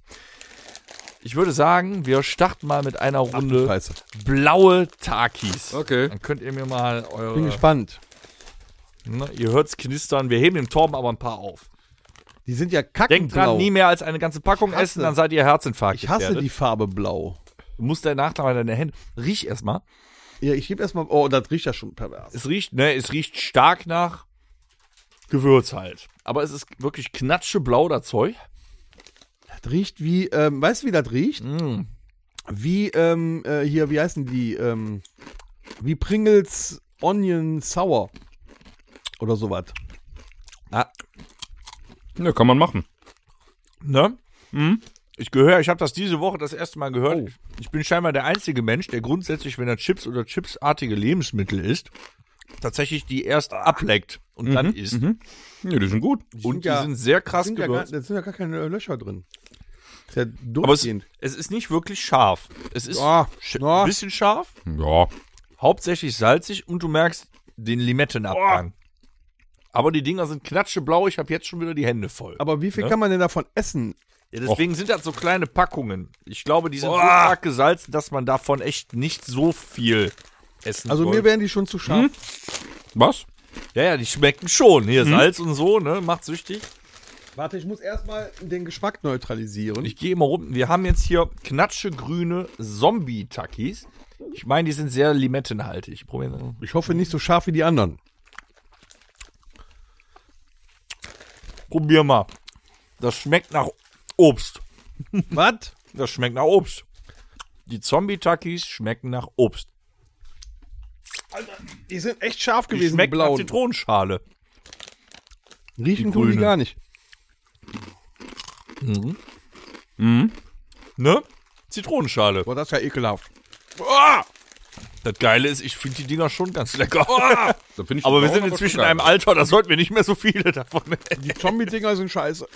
Speaker 3: Ich würde sagen, wir starten mal mit einer
Speaker 2: Ach, du
Speaker 3: Runde
Speaker 2: Scheiße.
Speaker 3: blaue Takis.
Speaker 4: Okay.
Speaker 3: Dann könnt ihr mir mal
Speaker 2: Bin
Speaker 3: eure.
Speaker 2: gespannt.
Speaker 3: Ne, ihr hört's knistern. Wir heben dem Torben aber ein paar auf.
Speaker 2: Die sind ja kackenblau.
Speaker 3: Denkt dran, nie mehr als eine ganze Packung
Speaker 2: Genau. hasse-
Speaker 3: essen, dann seid ihr Herzinfarkt.
Speaker 2: ich hasse die Farbe blau.
Speaker 3: Du musst danach nochmal deine Hände. Riech erstmal.
Speaker 2: Ja, ich gebe erstmal. Oh, das riecht ja schon pervers.
Speaker 3: Es riecht, ne, es riecht stark nach Gewürz halt. Aber es ist wirklich knatscheblau, das Zeug.
Speaker 2: Das riecht wie. Ähm, weißt du, wie das riecht?
Speaker 3: Mm.
Speaker 2: Wie, ähm, äh, hier, wie heißen die? Ähm, wie Pringles Onion Sour oder sowas.
Speaker 4: Ja, kann man machen.
Speaker 3: Ne? Ich gehöre, ich habe das diese Woche das erste Mal gehört.
Speaker 2: Oh.
Speaker 3: Ich bin scheinbar der einzige Mensch, der grundsätzlich, wenn er Chips oder chipsartige Lebensmittel isst, tatsächlich die erst ableckt und dann isst.
Speaker 4: Ja, die sind gut.
Speaker 3: Und die
Speaker 2: ja-
Speaker 3: sind sehr krass
Speaker 2: Sind ja gar,
Speaker 3: gewürzt.
Speaker 2: da sind ja gar keine äh, Löcher drin. Ist ja
Speaker 3: Aber es,
Speaker 2: durchgehend.
Speaker 3: es ist nicht wirklich scharf. Es ist
Speaker 2: Ja,
Speaker 3: sch-
Speaker 2: ja.
Speaker 3: ein bisschen scharf,
Speaker 4: Ja,
Speaker 3: hauptsächlich salzig und du merkst den Limettenabgang. Aber die Dinger sind knatscheblau, ich habe jetzt schon wieder die Hände voll.
Speaker 2: Aber wie viel
Speaker 3: Ne?
Speaker 2: kann man denn davon essen?
Speaker 3: Ja, deswegen sind das so kleine Packungen. Ich glaube, die sind so stark gesalzen, dass man davon echt nicht so viel essen
Speaker 2: Also mir
Speaker 3: soll.
Speaker 2: wären die schon zu scharf.
Speaker 3: Hm?
Speaker 4: was?
Speaker 3: Ja, ja, die schmecken schon.
Speaker 2: Hm?
Speaker 3: Hier, Salz und so, ne? Macht süchtig.
Speaker 2: Warte, ich muss erstmal den Geschmack neutralisieren.
Speaker 3: Ich gehe immer rum. Wir haben jetzt hier knatschegrüne Zombie-Takis. Ich meine, die sind sehr limettenhaltig. Probieren
Speaker 2: ich hoffe nicht so scharf wie die anderen.
Speaker 3: Probier mal. Das schmeckt nach Obst.
Speaker 2: Was?
Speaker 3: Das schmeckt nach Obst. Die Zombie-Takis schmecken nach Obst.
Speaker 2: Die sind echt scharf
Speaker 3: Die
Speaker 2: gewesen, die
Speaker 3: schmecken nach
Speaker 2: blauen.
Speaker 3: Zitronenschale.
Speaker 2: Riechen
Speaker 3: die
Speaker 2: tun die
Speaker 3: grünen.
Speaker 2: gar nicht.
Speaker 3: Ne? Zitronenschale.
Speaker 2: Boah, das ist ja ekelhaft.
Speaker 3: Das Geile ist, ich finde die Dinger schon ganz lecker.
Speaker 4: Da find ich
Speaker 3: Aber
Speaker 4: die
Speaker 3: wir
Speaker 4: Braun
Speaker 3: sind inzwischen
Speaker 4: schon
Speaker 3: in
Speaker 4: geil.
Speaker 3: einem Alter, da sollten wir nicht mehr so viele davon essen.
Speaker 2: Die Zombie-Dinger sind scheiße.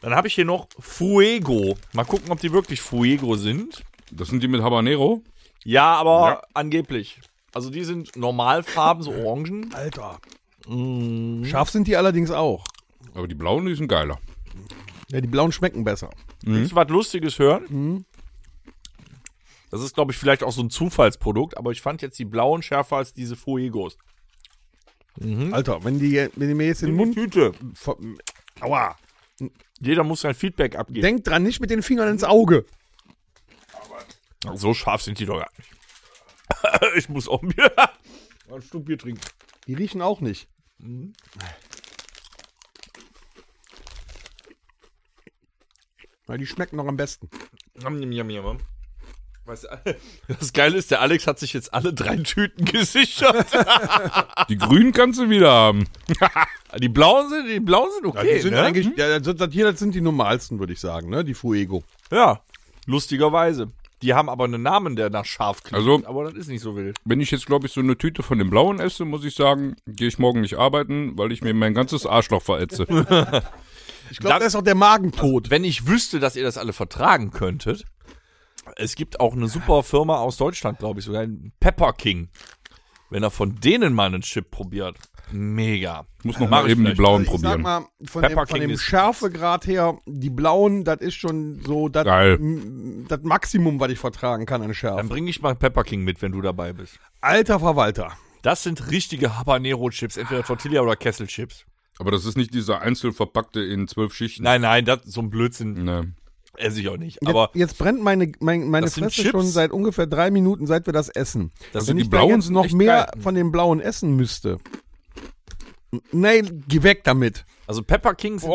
Speaker 3: Dann habe ich hier noch Fuego. Mal gucken, ob die wirklich Fuego sind.
Speaker 4: Das sind die mit Habanero?
Speaker 3: Ja, aber angeblich. Also die sind normalfarben, so Orangen.
Speaker 2: Alter. Scharf sind die allerdings auch.
Speaker 4: Aber die blauen, die sind geiler.
Speaker 2: Ja, die blauen schmecken besser.
Speaker 3: Willst du was Lustiges hören? Das ist, glaube ich, vielleicht auch so ein Zufallsprodukt, aber ich fand jetzt die blauen schärfer als diese Fuegos.
Speaker 2: Alter, wenn die, wenn die mir jetzt den Mund.
Speaker 3: Tüte.
Speaker 2: ver- Aua.
Speaker 3: Jeder muss sein Feedback abgeben.
Speaker 2: Denk dran, nicht mit den Fingern ins Auge.
Speaker 3: so scharf sind die doch gar nicht. ich muss auch ein Bier, ein Stück Bier trinken.
Speaker 2: Die riechen auch nicht. Weil die schmecken noch am besten.
Speaker 3: Yum, yum, yum, yum. Weißt du, Das Geile ist, der Alex hat sich jetzt alle drei Tüten gesichert.
Speaker 4: Die grünen kannst du wieder haben.
Speaker 3: Ah, die blauen sind, die blauen sind okay.
Speaker 2: Ja, die sind
Speaker 3: ne?
Speaker 2: eigentlich, ja, das, das hier das sind die normalsten, würde ich sagen, ne? Die Fuego.
Speaker 3: ja, lustigerweise. Die haben aber einen Namen, der nach scharf klingt.
Speaker 4: Also-
Speaker 3: aber das ist nicht so wild.
Speaker 4: Wenn ich jetzt, glaube ich, so eine Tüte von dem blauen esse, muss ich sagen, gehe ich morgen nicht arbeiten, weil ich mir mein ganzes Arschloch verätze.
Speaker 2: Ich glaube,
Speaker 3: Dann-
Speaker 2: da ist auch der Magen tot.
Speaker 3: Wenn ich wüsste, dass ihr das alle vertragen könntet, es gibt auch eine super Firma aus Deutschland, glaube ich, sogar ein Pepper King. Wenn er von denen mal einen Chip probiert. Mega.
Speaker 4: Ich muss noch
Speaker 3: Mach
Speaker 4: mal
Speaker 3: ich
Speaker 4: eben die
Speaker 3: vielleicht.
Speaker 4: blauen
Speaker 2: ich sag
Speaker 4: Also, probieren.
Speaker 2: mal, von
Speaker 3: Pepper
Speaker 2: dem, von
Speaker 3: King
Speaker 2: dem
Speaker 3: ist-
Speaker 2: Schärfegrad her, die blauen, das ist schon so das
Speaker 4: Geil.
Speaker 2: m- das Maximum, was ich vertragen kann an
Speaker 3: Dann
Speaker 2: Schärfe.
Speaker 3: bringe ich mal Pepper King mit, wenn du dabei bist.
Speaker 2: Alter Verwalter.
Speaker 3: Das sind richtige Habanero-Chips, entweder Tortilla oder Kesselchips.
Speaker 4: Aber das ist nicht dieser einzelverpackte in zwölf Schichten. Ne.
Speaker 3: Nein, nein, das, so ein Blödsinn
Speaker 4: Nee.
Speaker 3: esse ich auch nicht.
Speaker 2: Jetzt,
Speaker 3: Aber
Speaker 2: jetzt brennt meine, mein, meine
Speaker 3: Das sind
Speaker 2: Fresse
Speaker 3: Chips.
Speaker 2: schon seit ungefähr drei Minuten, seit wir das essen.
Speaker 3: Das
Speaker 2: Wenn
Speaker 4: sind die
Speaker 2: ich da
Speaker 4: blauen
Speaker 2: jetzt
Speaker 4: sind
Speaker 2: noch
Speaker 4: echt
Speaker 2: mehr
Speaker 4: geil.
Speaker 2: von den blauen essen müsste. Nein, geh weg damit.
Speaker 3: also Pepper King sind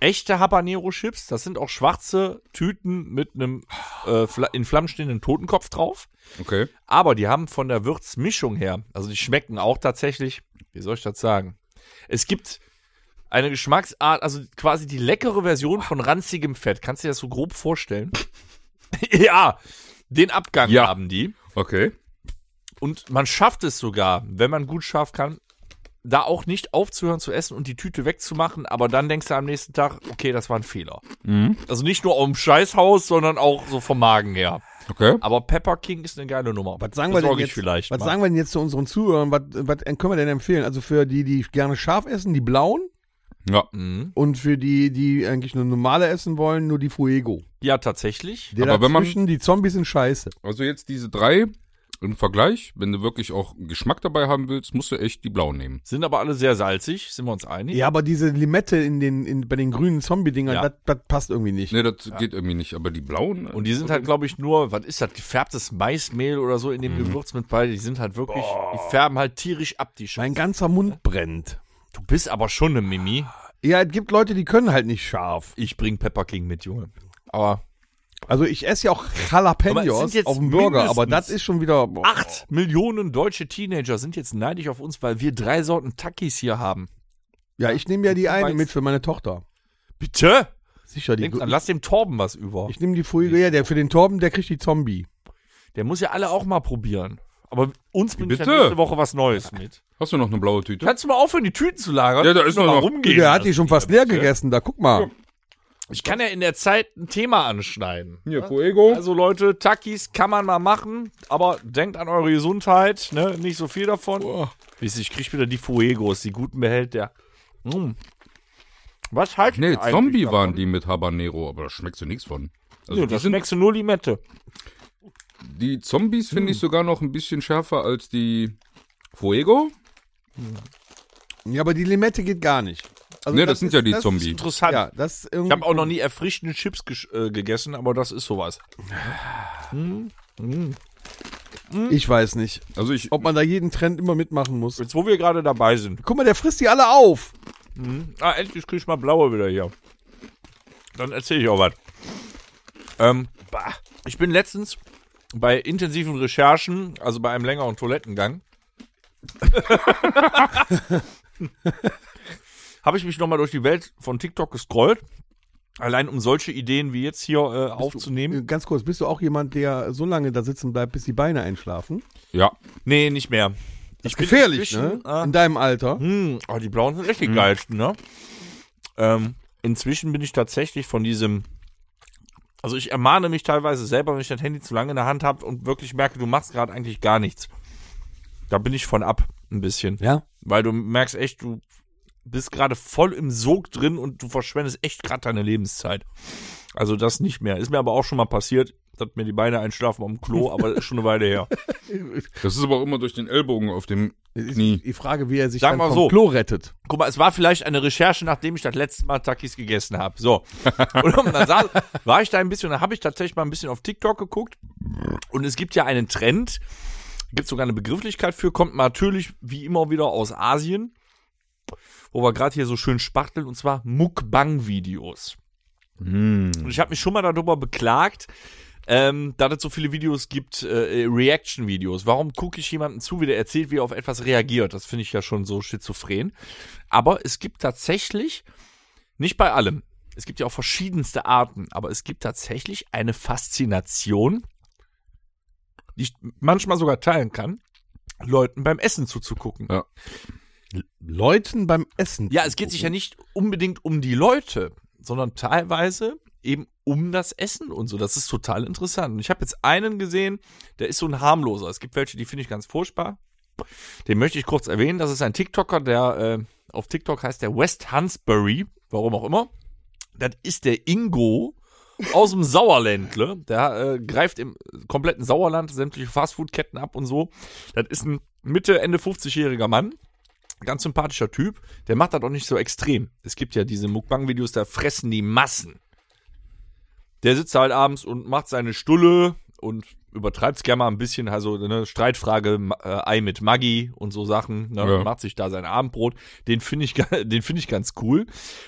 Speaker 3: echte Habanero-Chips. Das sind auch schwarze Tüten mit einem äh, fla- in Flammen stehenden Totenkopf drauf.
Speaker 4: Okay.
Speaker 3: Aber die haben von der Würzmischung her, also die schmecken auch tatsächlich, wie soll ich das sagen? Es gibt eine Geschmacksart, also quasi die leckere Version von ranzigem Fett. Kannst du dir das so grob vorstellen? ja, den Abgang
Speaker 4: Ja.
Speaker 3: haben die.
Speaker 4: Okay.
Speaker 3: Und man schafft es sogar, wenn man gut scharf kann, da auch nicht aufzuhören zu essen und die Tüte wegzumachen, aber dann denkst du am nächsten Tag, okay, das war ein Fehler. Also nicht nur im Scheißhaus, sondern auch so vom Magen her.
Speaker 4: Okay.
Speaker 3: Aber Pepper King ist eine geile Nummer.
Speaker 2: Was sagen, wir denn,
Speaker 3: Besorge ich
Speaker 2: jetzt,
Speaker 3: vielleicht
Speaker 2: was
Speaker 3: mal.
Speaker 2: sagen wir denn jetzt zu unseren Zuhörern? Was, was können wir denn empfehlen? Also für die, die gerne scharf essen, die blauen.
Speaker 4: Ja.
Speaker 2: Und für die, die eigentlich nur normale essen wollen, nur die Fuego.
Speaker 3: Ja, tatsächlich.
Speaker 2: Der
Speaker 4: Aber wenn man-
Speaker 2: dazwischen, die Zombies sind scheiße.
Speaker 4: Also jetzt diese drei im Vergleich, wenn du wirklich auch Geschmack dabei haben willst, musst du echt die blauen nehmen.
Speaker 3: Sind aber alle sehr salzig, sind wir uns einig.
Speaker 2: Ja, aber diese Limette in den, in, bei den grünen Zombie-Dingern,
Speaker 3: Ja.
Speaker 2: das, das passt irgendwie nicht.
Speaker 4: Nee, Ne, das geht irgendwie nicht, aber die blauen. äh,
Speaker 3: Und die sind halt, glaube ich, nur, was ist das, gefärbtes Maismehl oder so in dem Gewürz mit bei. Die sind halt wirklich, die färben halt tierisch ab, die Scheiße.
Speaker 2: Mein ganzer Mund brennt.
Speaker 3: Du bist aber schon eine Mimi.
Speaker 2: Ja, es gibt Leute, die können halt nicht scharf.
Speaker 3: Ich bring Pepper King mit, Junge. Aber
Speaker 2: Also ich esse ja auch
Speaker 3: Aber es
Speaker 2: Jalapenos
Speaker 3: sind jetzt
Speaker 2: auf dem Burger, aber
Speaker 3: mindestens
Speaker 2: das ist schon wieder. boah.
Speaker 3: Acht Millionen deutsche Teenager sind jetzt neidisch auf uns, weil wir drei Sorten Takis hier haben.
Speaker 2: Ja, ich nehme ja die eine
Speaker 3: Weiß.
Speaker 2: mit für meine Tochter.
Speaker 3: Bitte?
Speaker 2: Sicher die.
Speaker 3: Denk dran, lass dem Torben was über.
Speaker 2: Ich nehme die Fuige, ja, der für den Torben, der kriegt die Zombie.
Speaker 3: Der muss ja alle auch mal probieren. Aber uns bringt
Speaker 4: Bitte?
Speaker 3: ja nächste Woche was Neues mit.
Speaker 4: Hast du noch eine blaue Tüte?
Speaker 3: Kannst du mal aufhören, die Tüten zu lagern?
Speaker 4: Ja, da ist
Speaker 3: Noch
Speaker 4: noch-
Speaker 3: mal rumgehen.
Speaker 2: der hat die schon fast leer gegessen, da guck mal.
Speaker 3: Ich kann ja in der Zeit ein Thema anschneiden.
Speaker 4: Hier, Fuego.
Speaker 3: Also Leute, Takis kann man mal machen, aber denkt an eure Gesundheit, ne? Nicht so viel davon. Wisst ihr, Ich krieg wieder die Fuegos, die guten behält der. Mm. Was haltet
Speaker 4: Nee,
Speaker 3: ihr eigentlich
Speaker 4: Zombie
Speaker 3: davon?
Speaker 4: waren die mit Habanero, aber da schmeckst du nichts von. Also
Speaker 3: Nee,
Speaker 4: die,
Speaker 3: da
Speaker 4: sind,
Speaker 3: schmeckst du nur Limette.
Speaker 4: die Zombies finde
Speaker 2: Hm.
Speaker 4: ich sogar noch ein bisschen schärfer als die Fuego.
Speaker 2: Ja, aber die Limette geht gar nicht. Also
Speaker 4: ne, das, sind
Speaker 2: ist-
Speaker 4: ja die
Speaker 2: das-
Speaker 4: Zombie.
Speaker 3: Interessant.
Speaker 2: Ja, das ist irgendwie.
Speaker 3: Ich habe auch noch nie erfrischende Chips gesch- äh, gegessen, aber das ist sowas.
Speaker 2: Ich weiß nicht,
Speaker 4: Also ich,
Speaker 2: ob man da jeden Trend immer mitmachen muss.
Speaker 3: Jetzt, wo wir gerade dabei sind.
Speaker 2: Guck mal, der frisst die alle auf.
Speaker 3: Ah, endlich krieg ich mal blaue wieder hier. Dann erzähle ich auch was. Ähm, bah. Ich bin letztens bei intensiven Recherchen, also bei einem längeren Toilettengang, habe ich mich nochmal durch die Welt von TikTok gescrollt. Allein um solche Ideen wie jetzt hier äh, aufzunehmen.
Speaker 2: Äh, Ganz kurz, bist du auch jemand, der so lange da sitzen bleibt, bis die Beine einschlafen?
Speaker 4: ja,
Speaker 3: Nee, nicht mehr.
Speaker 2: Das ist
Speaker 3: bin
Speaker 2: gefährlich, ne?
Speaker 3: inzwischen, äh,
Speaker 2: In deinem Alter.
Speaker 3: Hm, aber die blauen sind echt die geilsten, ne? Ähm, inzwischen bin ich tatsächlich von diesem. Also ich ermahne mich teilweise selber, wenn ich das Handy zu lange in der Hand habe und wirklich merke, du machst gerade eigentlich gar nichts. Da bin ich von ab ein bisschen.
Speaker 2: Ja.
Speaker 3: Weil du merkst echt, du bist gerade voll im Sog drin und du verschwendest echt gerade deine Lebenszeit. Also das nicht mehr. Ist mir aber auch schon mal passiert, dass mir die Beine einschlafen am Klo, aber das ist schon eine Weile her.
Speaker 4: das ist aber auch immer durch den Ellbogen auf dem Knie.
Speaker 2: Die Frage, wie er sich
Speaker 3: Sag
Speaker 2: dann
Speaker 3: mal
Speaker 2: vom
Speaker 3: so.
Speaker 2: Klo rettet.
Speaker 3: Guck mal, es war vielleicht eine Recherche, nachdem ich das letzte Mal Takis gegessen habe. So. Und dann saß, war ich da ein bisschen, dann habe ich tatsächlich mal ein bisschen auf TikTok geguckt. Und es gibt ja einen Trend, gibt sogar eine Begrifflichkeit für, kommt natürlich wie immer wieder aus Asien, wo wir gerade hier so schön spachteln, und zwar Mukbang-Videos. Und ich habe mich schon mal darüber beklagt, ähm, da es so viele Videos gibt, äh, Reaction-Videos. Warum gucke ich jemandem zu, wie der erzählt, wie er auf etwas reagiert? Das finde ich ja schon so schizophren. Aber es gibt tatsächlich, nicht bei allem, es gibt ja auch verschiedenste Arten, aber es gibt tatsächlich eine Faszination, die ich manchmal sogar teilen kann, Leuten beim Essen zuzugucken.
Speaker 4: Ja.
Speaker 2: Leuten beim Essen.
Speaker 3: Ja, es geht sich ja nicht unbedingt um die Leute, sondern teilweise eben um das Essen und so. Das ist total interessant. Und ich habe jetzt einen gesehen, der ist so ein harmloser. Es gibt welche, die finde ich ganz furchtbar. Den möchte ich kurz erwähnen. Das ist ein TikToker, der äh, auf TikTok heißt der West Hansberry, warum auch immer. Das ist der Ingo aus dem Sauerländle. Der äh, greift im kompletten Sauerland sämtliche Fastfood-Ketten ab und so. Das ist ein Mitte, Ende 50-jähriger Mann ganz sympathischer Typ, der macht das auch nicht so extrem. Es gibt ja diese Mukbang-Videos, da fressen die Massen. Der sitzt halt abends und macht seine Stulle und übertreibt es gerne mal ein bisschen, also eine Streitfrage, Ma- äh, Ei mit Maggi und so Sachen, ne,
Speaker 4: Ja.
Speaker 3: macht sich da sein Abendbrot. Den finde ich, ga- den finde ich ganz cool.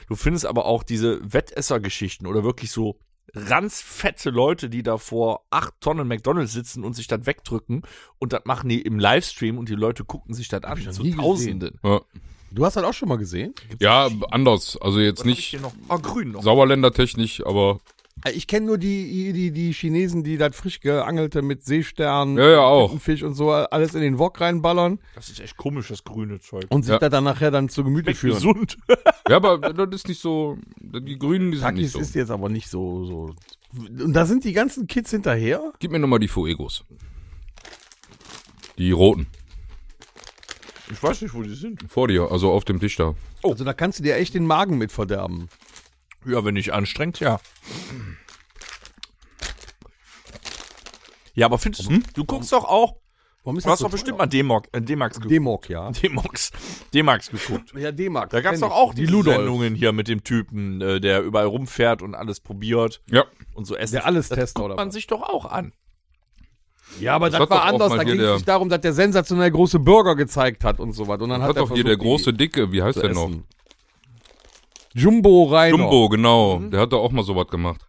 Speaker 3: Du findest aber auch diese Wettesser-Geschichten oder wirklich so ranzfette Leute, die da vor acht Tonnen McDonalds sitzen und sich das wegdrücken und das machen die im Livestream und die Leute gucken sich das an
Speaker 2: ich noch
Speaker 3: zu
Speaker 2: nie gesehen.
Speaker 3: Tausenden.
Speaker 4: Ja,
Speaker 2: Du hast das auch schon mal gesehen?
Speaker 4: ja anders. Also jetzt
Speaker 3: Was hab ich
Speaker 4: nicht
Speaker 3: hier noch? Ah, grün noch.
Speaker 4: Sauerländer-technisch, aber
Speaker 2: Ich kenne nur die, die, die Chinesen, die das frisch geangelte mit Seestern,
Speaker 4: Ja, ja, auch.
Speaker 2: Fisch und so alles in den Wok reinballern
Speaker 3: Das ist echt komisch, das grüne Zeug.
Speaker 2: und sich
Speaker 4: Ja.
Speaker 2: das dann nachher dann zu Gemüte führen.
Speaker 3: gesund.
Speaker 4: ja, aber das ist nicht so. Die Grünen, die sind
Speaker 2: Takis
Speaker 4: nicht so.
Speaker 2: ist jetzt aber nicht so, so. Und da sind die ganzen Kids hinterher?
Speaker 4: Gib mir nochmal die Fuegos. Die roten.
Speaker 3: Ich weiß nicht, wo die sind.
Speaker 4: Vor dir, also auf dem Tisch da.
Speaker 2: Also da kannst du dir echt den Magen mit verderben.
Speaker 3: Ja, wenn nicht anstrengend, ja. Ja, aber findest du, du guckst doch auch,
Speaker 2: Warum ist
Speaker 3: du hast
Speaker 2: so
Speaker 3: doch bestimmt
Speaker 2: teuer?
Speaker 3: mal D-Max äh, D-Max geguckt.
Speaker 2: D-Mark, ja.
Speaker 3: D-Max D-Max geguckt.
Speaker 2: Ja, D-Mark.
Speaker 3: Da gab's
Speaker 2: kenn
Speaker 3: doch
Speaker 2: ich.
Speaker 3: auch die Sendungen hier mit dem Typen, äh, der überall rumfährt und alles probiert
Speaker 4: Ja.
Speaker 3: und so essen.
Speaker 2: Der alles
Speaker 3: das
Speaker 2: Tester
Speaker 3: guckt
Speaker 2: oder
Speaker 3: man
Speaker 2: was?
Speaker 3: sich doch auch an.
Speaker 2: Ja, aber das,
Speaker 4: hat
Speaker 2: war
Speaker 4: doch auch
Speaker 2: anders.
Speaker 4: mal
Speaker 2: Da
Speaker 4: hier
Speaker 2: ging
Speaker 4: der-
Speaker 2: es nicht darum, dass der sensationell große Burger gezeigt hat und so was. Und dann hat,
Speaker 4: Hat
Speaker 2: er
Speaker 4: doch hier
Speaker 2: versucht,
Speaker 4: der
Speaker 2: die
Speaker 4: große Dicke, wie heißt
Speaker 2: zu
Speaker 4: der noch?
Speaker 2: essen. Jumbo rein.
Speaker 4: genau. Mhm. Jumbo, genau. Der hat da auch mal sowas gemacht.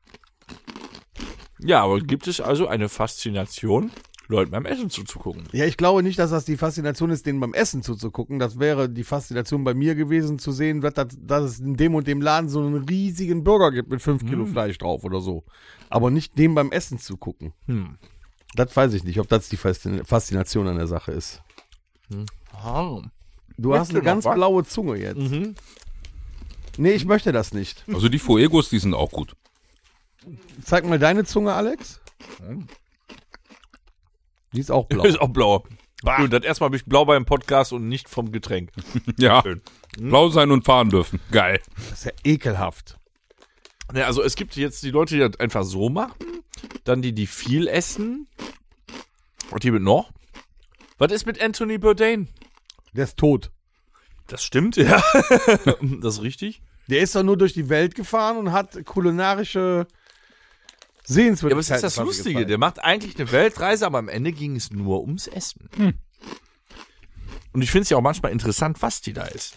Speaker 3: Ja, aber gibt es also eine Faszination, Leuten beim Essen zuzugucken?
Speaker 2: Ja, ich glaube nicht, dass das die Faszination ist, denen beim Essen zuzugucken. Das wäre die Faszination bei mir gewesen, zu sehen, dass, das- dass es in dem und dem Laden so einen riesigen Burger gibt mit 5
Speaker 4: Hm.
Speaker 2: Kilo Fleisch drauf oder so. Aber nicht dem beim Essen zugucken.
Speaker 3: Hm.
Speaker 2: Das weiß ich nicht, ob das die Fastin- Faszination an der Sache ist. Du hast eine
Speaker 3: du noch
Speaker 2: ganz
Speaker 3: was?
Speaker 2: blaue Zunge jetzt.
Speaker 4: Mhm.
Speaker 2: Nee, ich möchte das nicht.
Speaker 4: Also die Fuegos, die sind auch gut.
Speaker 2: Zeig mal deine Zunge, Alex. Die ist auch blau.
Speaker 3: Ist auch blau. Gut, das erstmal bin ich blau beim Podcast und nicht vom Getränk.
Speaker 4: Ja. Blau sein und fahren dürfen. Geil.
Speaker 2: Das ist ja ekelhaft.
Speaker 3: Ja, also es gibt jetzt die Leute, die das einfach so machen, dann die, die viel essen. Und die mit noch? Was ist mit Anthony Bourdain?
Speaker 2: Der ist tot.
Speaker 3: Das stimmt, ja. das ist richtig.
Speaker 2: Der ist doch nur durch die Welt gefahren und hat kulinarische Sehenswürdigkeiten.
Speaker 3: Ja, aber es ist halt das
Speaker 2: quasi
Speaker 3: Lustige.
Speaker 2: gezeigt.
Speaker 3: Der macht eigentlich eine Weltreise, aber am Ende ging es nur ums Essen. Und ich finde es ja auch manchmal interessant, was die da essen.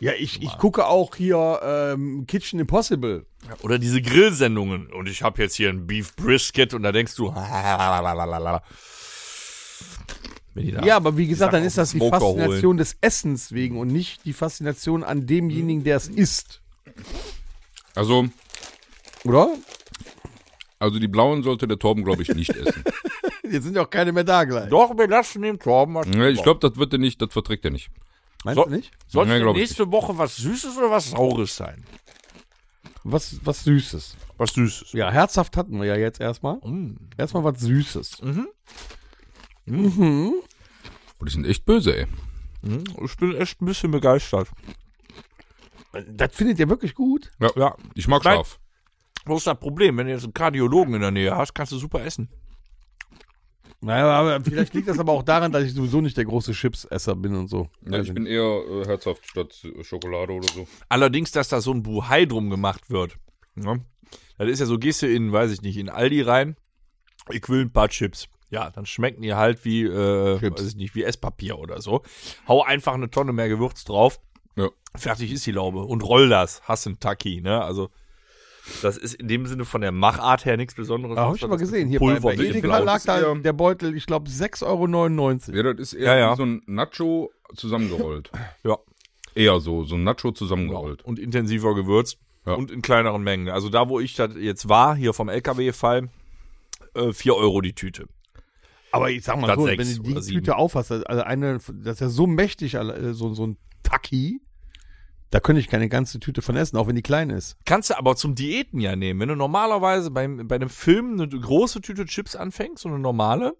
Speaker 2: Ja, ich, ich gucke auch hier ähm, Kitchen Impossible.
Speaker 3: Oder diese Grillsendungen. Und ich habe jetzt hier ein Beef Brisket und da denkst du. Wenn die da-
Speaker 2: Ja, aber wie gesagt,
Speaker 3: sag
Speaker 2: dann ist
Speaker 3: auch
Speaker 2: das die
Speaker 3: Smoker
Speaker 2: Faszination
Speaker 3: holen.
Speaker 2: des Essens wegen und nicht die Faszination an demjenigen, der es isst.
Speaker 4: Also,
Speaker 2: Oder?
Speaker 4: also die blauen sollte der Torben, glaube ich, nicht essen.
Speaker 2: Jetzt sind ja auch keine mehr da gleich.
Speaker 3: Doch, wir lassen den Torben was.
Speaker 4: Ja, ich glaube, das wird er nicht, das verträgt er nicht.
Speaker 2: Meinst
Speaker 3: So-
Speaker 2: du nicht?
Speaker 3: Sollte
Speaker 4: Ja,
Speaker 3: denn
Speaker 4: glaub ich
Speaker 3: nächste Woche was Süßes oder was Saures sein?
Speaker 2: Was, was Süßes.
Speaker 3: Was Süßes.
Speaker 2: Ja, herzhaft hatten wir ja jetzt erstmal.
Speaker 3: Mm.
Speaker 2: Erstmal was Süßes.
Speaker 4: Und die sind echt böse, ey.
Speaker 3: Ich bin echt ein bisschen begeistert.
Speaker 2: Das findet ihr wirklich gut?
Speaker 4: Ja.
Speaker 3: Ja.
Speaker 4: Ich mag
Speaker 3: Nein.
Speaker 4: scharf.
Speaker 3: Wo ist das Problem? Wenn du jetzt einen Kardiologen in der Nähe hast, kannst du super essen.
Speaker 2: Naja, aber vielleicht liegt das aber auch daran, dass ich sowieso nicht der große Chipsesser bin und so.
Speaker 4: Ja, ich bin eher äh, herzhaft statt äh, Schokolade oder so.
Speaker 3: Allerdings, dass da so ein Buhai drum gemacht wird. Ja. Das ist ja so, gehst du in, weiß ich nicht, in Aldi rein, ich will ein paar Chips. Ja, dann schmecken die halt wie, äh,
Speaker 2: Chips.
Speaker 3: weiß ich nicht, wie Esspapier oder so. Hau einfach eine Tonne mehr Gewürz drauf,
Speaker 4: Ja.
Speaker 3: fertig ist die Laube und roll das. Hast einen Taki, ne? Also, das ist in dem Sinne von der Machart her nichts Besonderes.
Speaker 2: Da habe Ah, ich schon mal gesehen. Hier
Speaker 3: Pulver
Speaker 2: bei, bei
Speaker 3: mit dem
Speaker 2: Edeka
Speaker 3: Blau.
Speaker 2: lag da
Speaker 4: Ja.
Speaker 2: der Beutel, ich glaube, 6,99 Euro.
Speaker 4: Ja, das ist eher
Speaker 3: Ja, ja.
Speaker 4: wie so ein Nacho zusammengerollt.
Speaker 3: Ja.
Speaker 4: Eher so, so ein Nacho
Speaker 3: Genau.
Speaker 4: zusammengerollt.
Speaker 3: Und intensiver gewürzt
Speaker 4: Ja.
Speaker 3: und in kleineren Mengen. Also da, wo ich das jetzt war, hier vom LKW-Fall, äh, 4 Euro die Tüte.
Speaker 2: Aber ich sag mal
Speaker 3: Statt
Speaker 2: so, wenn
Speaker 3: sechs
Speaker 2: du die
Speaker 3: oder sieben.
Speaker 2: Tüte aufhast, also eine, das ist ja so mächtig, alle- äh, so, so ein Taki, da könnte ich keine ganze Tüte von essen, auch wenn die klein ist.
Speaker 3: Kannst du aber zum Diäten ja nehmen. Wenn du normalerweise beim, bei einem Film eine große Tüte Chips anfängst, so eine normale,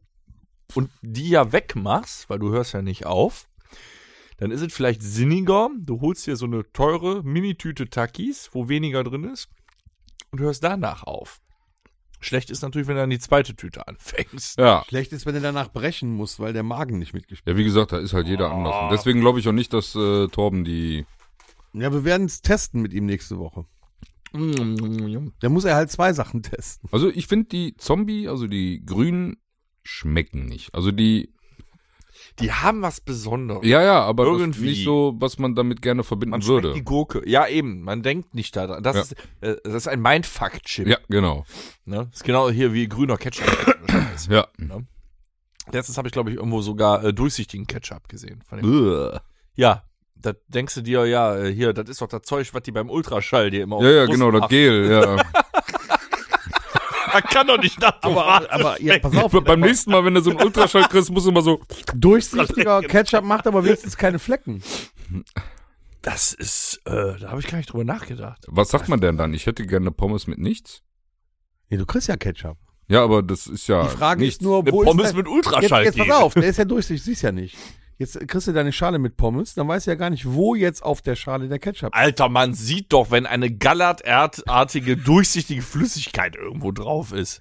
Speaker 3: und die ja wegmachst, weil du hörst ja nicht auf, dann ist es vielleicht sinniger, du holst dir so eine teure Minitüte Takis, wo weniger drin ist, und hörst danach auf. Schlecht ist natürlich, wenn du dann die zweite Tüte anfängst.
Speaker 4: Ja.
Speaker 2: Schlecht ist, wenn du danach brechen musst, weil der Magen nicht mitgespielt
Speaker 4: Ja, wie gesagt, da ist halt jeder anders. Und deswegen glaube ich auch nicht, dass äh, Torben die.
Speaker 2: hat. Ja, wir werden es testen mit ihm nächste Woche.
Speaker 4: Mm,
Speaker 2: Da muss er halt zwei Sachen testen.
Speaker 4: Also ich finde die Zombie, also die Grünen, schmecken nicht. Also die.
Speaker 3: Die haben was Besonderes.
Speaker 4: Ja, ja, aber das ist
Speaker 3: Irgendwie.
Speaker 4: nicht so, was man damit gerne verbinden
Speaker 3: Man schmeckt
Speaker 4: würde.
Speaker 3: die Gurke. Ja, eben. Man denkt nicht daran. Das,
Speaker 4: Ja.
Speaker 3: ist, äh, das ist ein Mindfuck-Chip.
Speaker 4: Ja, genau.
Speaker 3: Ne? Ist genau hier wie grüner Ketchup.
Speaker 4: Ja.
Speaker 3: Letztens habe ich, glaube ich, irgendwo sogar äh, durchsichtigen Ketchup gesehen. Von dem- Ja,
Speaker 4: Ja,
Speaker 3: da denkst du dir, ja, äh, hier, das ist doch das Zeug, was die beim Ultraschall dir immer auf
Speaker 4: ja,
Speaker 3: die Brust
Speaker 4: genau, das
Speaker 3: machen.
Speaker 4: Gel, ja.
Speaker 3: Man kann doch nicht nach Tomate
Speaker 2: aber ja, pass
Speaker 4: Be- Beim nächsten Mal, wenn du so einen Ultraschall kriegst, musst du immer so.
Speaker 2: Durchsichtiger Ketchup macht aber wenigstens keine Flecken.
Speaker 3: Das ist, äh, da habe ich gar nicht drüber nachgedacht.
Speaker 4: Was sagt man denn dann? Ich hätte gerne Pommes mit nichts.
Speaker 2: Ja, du kriegst ja Ketchup.
Speaker 4: Ja, aber das ist ja.
Speaker 2: Die Frage
Speaker 4: nichts.
Speaker 2: ist nur,
Speaker 3: Eine
Speaker 2: wo
Speaker 3: Pommes
Speaker 2: ist
Speaker 3: mit
Speaker 2: jetzt,
Speaker 3: Ultraschall
Speaker 2: jetzt pass auf, der ist ja durchsichtig, siehst ja nicht. Jetzt kriegst du deine Schale mit Pommes, dann weißt du ja gar nicht, wo jetzt auf der Schale der Ketchup
Speaker 3: Alter, man sieht doch, wenn eine gallertartige, durchsichtige Flüssigkeit irgendwo drauf ist.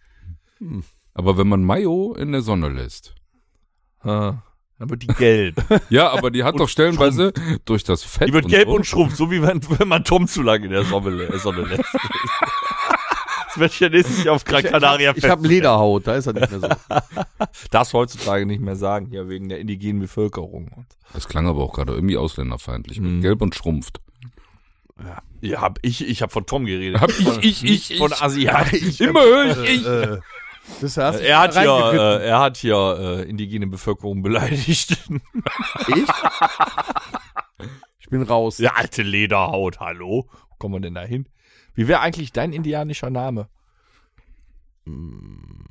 Speaker 4: Aber wenn man Mayo in der Sonne lässt.
Speaker 3: Ah, dann wird die gelb.
Speaker 4: Ja, aber die hat doch stellenweise durch das Fett.
Speaker 3: Die wird gelb und
Speaker 4: so,
Speaker 3: schrumpft, so wie wenn, wenn man Tom zu lange in der Sonne, lä- Sonne lässt. Das werde ich ja nächstes Jahr auf Gran Canaria
Speaker 2: Ich habe Lederhaut, da ist er nicht mehr so.
Speaker 3: Das heutzutage nicht mehr sagen, hier wegen der indigenen Bevölkerung. Mhm.
Speaker 4: Das klang aber auch gerade irgendwie ausländerfeindlich. Mit gelb und schrumpft.
Speaker 3: Ja, hab ich, ich habe von Tom geredet.
Speaker 4: Hab ich, ich, ich, ich.
Speaker 3: von Asiaten.
Speaker 4: Immer höre ich, ich.
Speaker 2: Äh, das hast du
Speaker 3: Er hat ja,
Speaker 2: reingekippt.
Speaker 3: äh, er hat ja äh, indigene Bevölkerung beleidigt. äh,
Speaker 2: Ich bin raus.
Speaker 3: Der alte Lederhaut, hallo? Wo kommen wir denn da hin? Wie wäre eigentlich dein indianischer Name? Hm.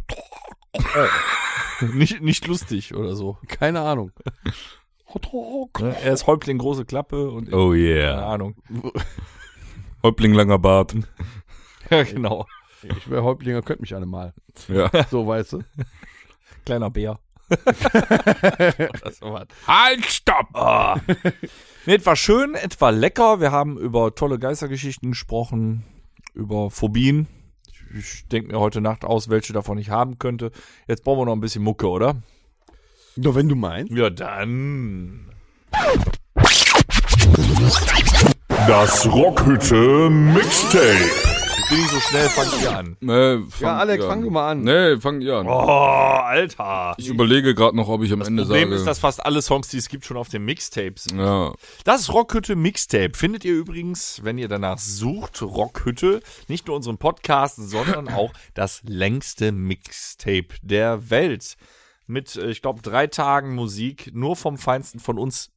Speaker 3: nicht, nicht lustig oder so.
Speaker 2: Keine Ahnung.
Speaker 3: Ne? Er ist Häuptling große Klappe und
Speaker 4: Oh
Speaker 3: keine
Speaker 4: yeah.
Speaker 3: Ahnung.
Speaker 4: Häuptling langer Bart.
Speaker 3: Ja, genau.
Speaker 2: Ich wäre Häuptlinger, könnt mich alle mal.
Speaker 4: Ja.
Speaker 2: So, weißt du?
Speaker 3: Kleiner Bär. das war was.
Speaker 4: halt, stopp!
Speaker 3: Nee, etwa schön, etwa lecker. Wir haben über tolle Geistergeschichten gesprochen, über Phobien. Ich denke mir heute Nacht aus, welche davon ich haben könnte. Jetzt brauchen wir noch ein bisschen Mucke, oder?
Speaker 2: Nur wenn du meinst.
Speaker 3: Ja, dann.
Speaker 1: Das Rockhütte Mixtape.
Speaker 3: Ich bin nicht so schnell, fangt ihr an.
Speaker 4: Nee, fang,
Speaker 2: Ja, Alex, fang du
Speaker 3: Ne.
Speaker 2: mal an.
Speaker 4: Nee, fang ihr an.
Speaker 3: Oh, Alter.
Speaker 4: Ich überlege gerade noch, ob ich am Ende
Speaker 3: Problem
Speaker 4: sage.
Speaker 3: ist, dass fast alle Songs, die es gibt, schon auf den Mixtapes sind.
Speaker 4: ja,
Speaker 3: Das Rockhütte Mixtape findet ihr übrigens, wenn ihr danach sucht, Rockhütte, nicht nur unseren Podcast, sondern auch das längste Mixtape der Welt. Mit, äh, ich glaube, drei Tagen Musik, nur vom Feinsten von uns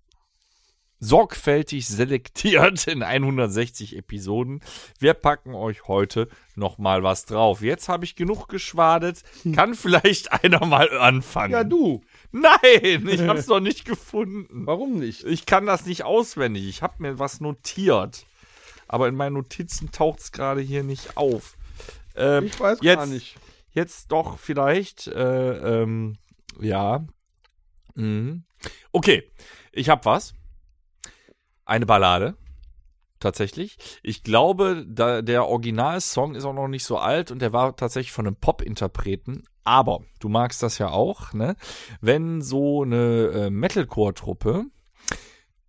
Speaker 3: sorgfältig selektiert in 160 Episoden. Wir packen euch heute nochmal was drauf. Jetzt habe ich genug geschwadet. Kann vielleicht einer mal anfangen?
Speaker 2: Ja, du.
Speaker 3: Nein, ich habe es noch nicht gefunden.
Speaker 2: Warum nicht?
Speaker 3: Ich kann das nicht auswendig. Ich habe mir was notiert. Aber in meinen Notizen taucht es gerade hier nicht auf. Ähm,
Speaker 2: Ich weiß
Speaker 3: jetzt,
Speaker 2: gar nicht.
Speaker 3: Jetzt doch vielleicht. Äh, ähm, ja. Mhm. Okay, ich habe was. Eine Ballade. Tatsächlich. Ich glaube, da, der Originalsong ist auch noch nicht so alt und der war tatsächlich von einem Pop-Interpreten. Aber du magst das ja auch, ne? Wenn so eine äh, Metalcore-Truppe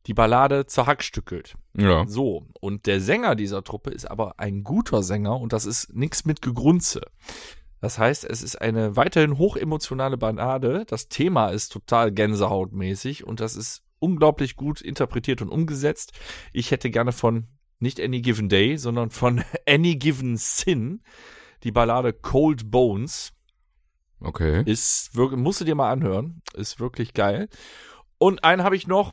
Speaker 3: die Ballade zerhackstückelt.
Speaker 4: ja.
Speaker 3: So, und der Sänger dieser Truppe ist aber ein guter Sänger und das ist nichts mit Gegrunze. Das heißt, es ist eine weiterhin hochemotionale Banade. Das Thema ist total gänsehautmäßig und das ist unglaublich gut interpretiert und umgesetzt. Ich hätte gerne von nicht Any Given Day, sondern von Any Given Sin die Ballade Cold Bones.
Speaker 4: Okay.
Speaker 3: Ist wirklich, musst du dir mal anhören. Ist wirklich geil. Und einen habe ich noch.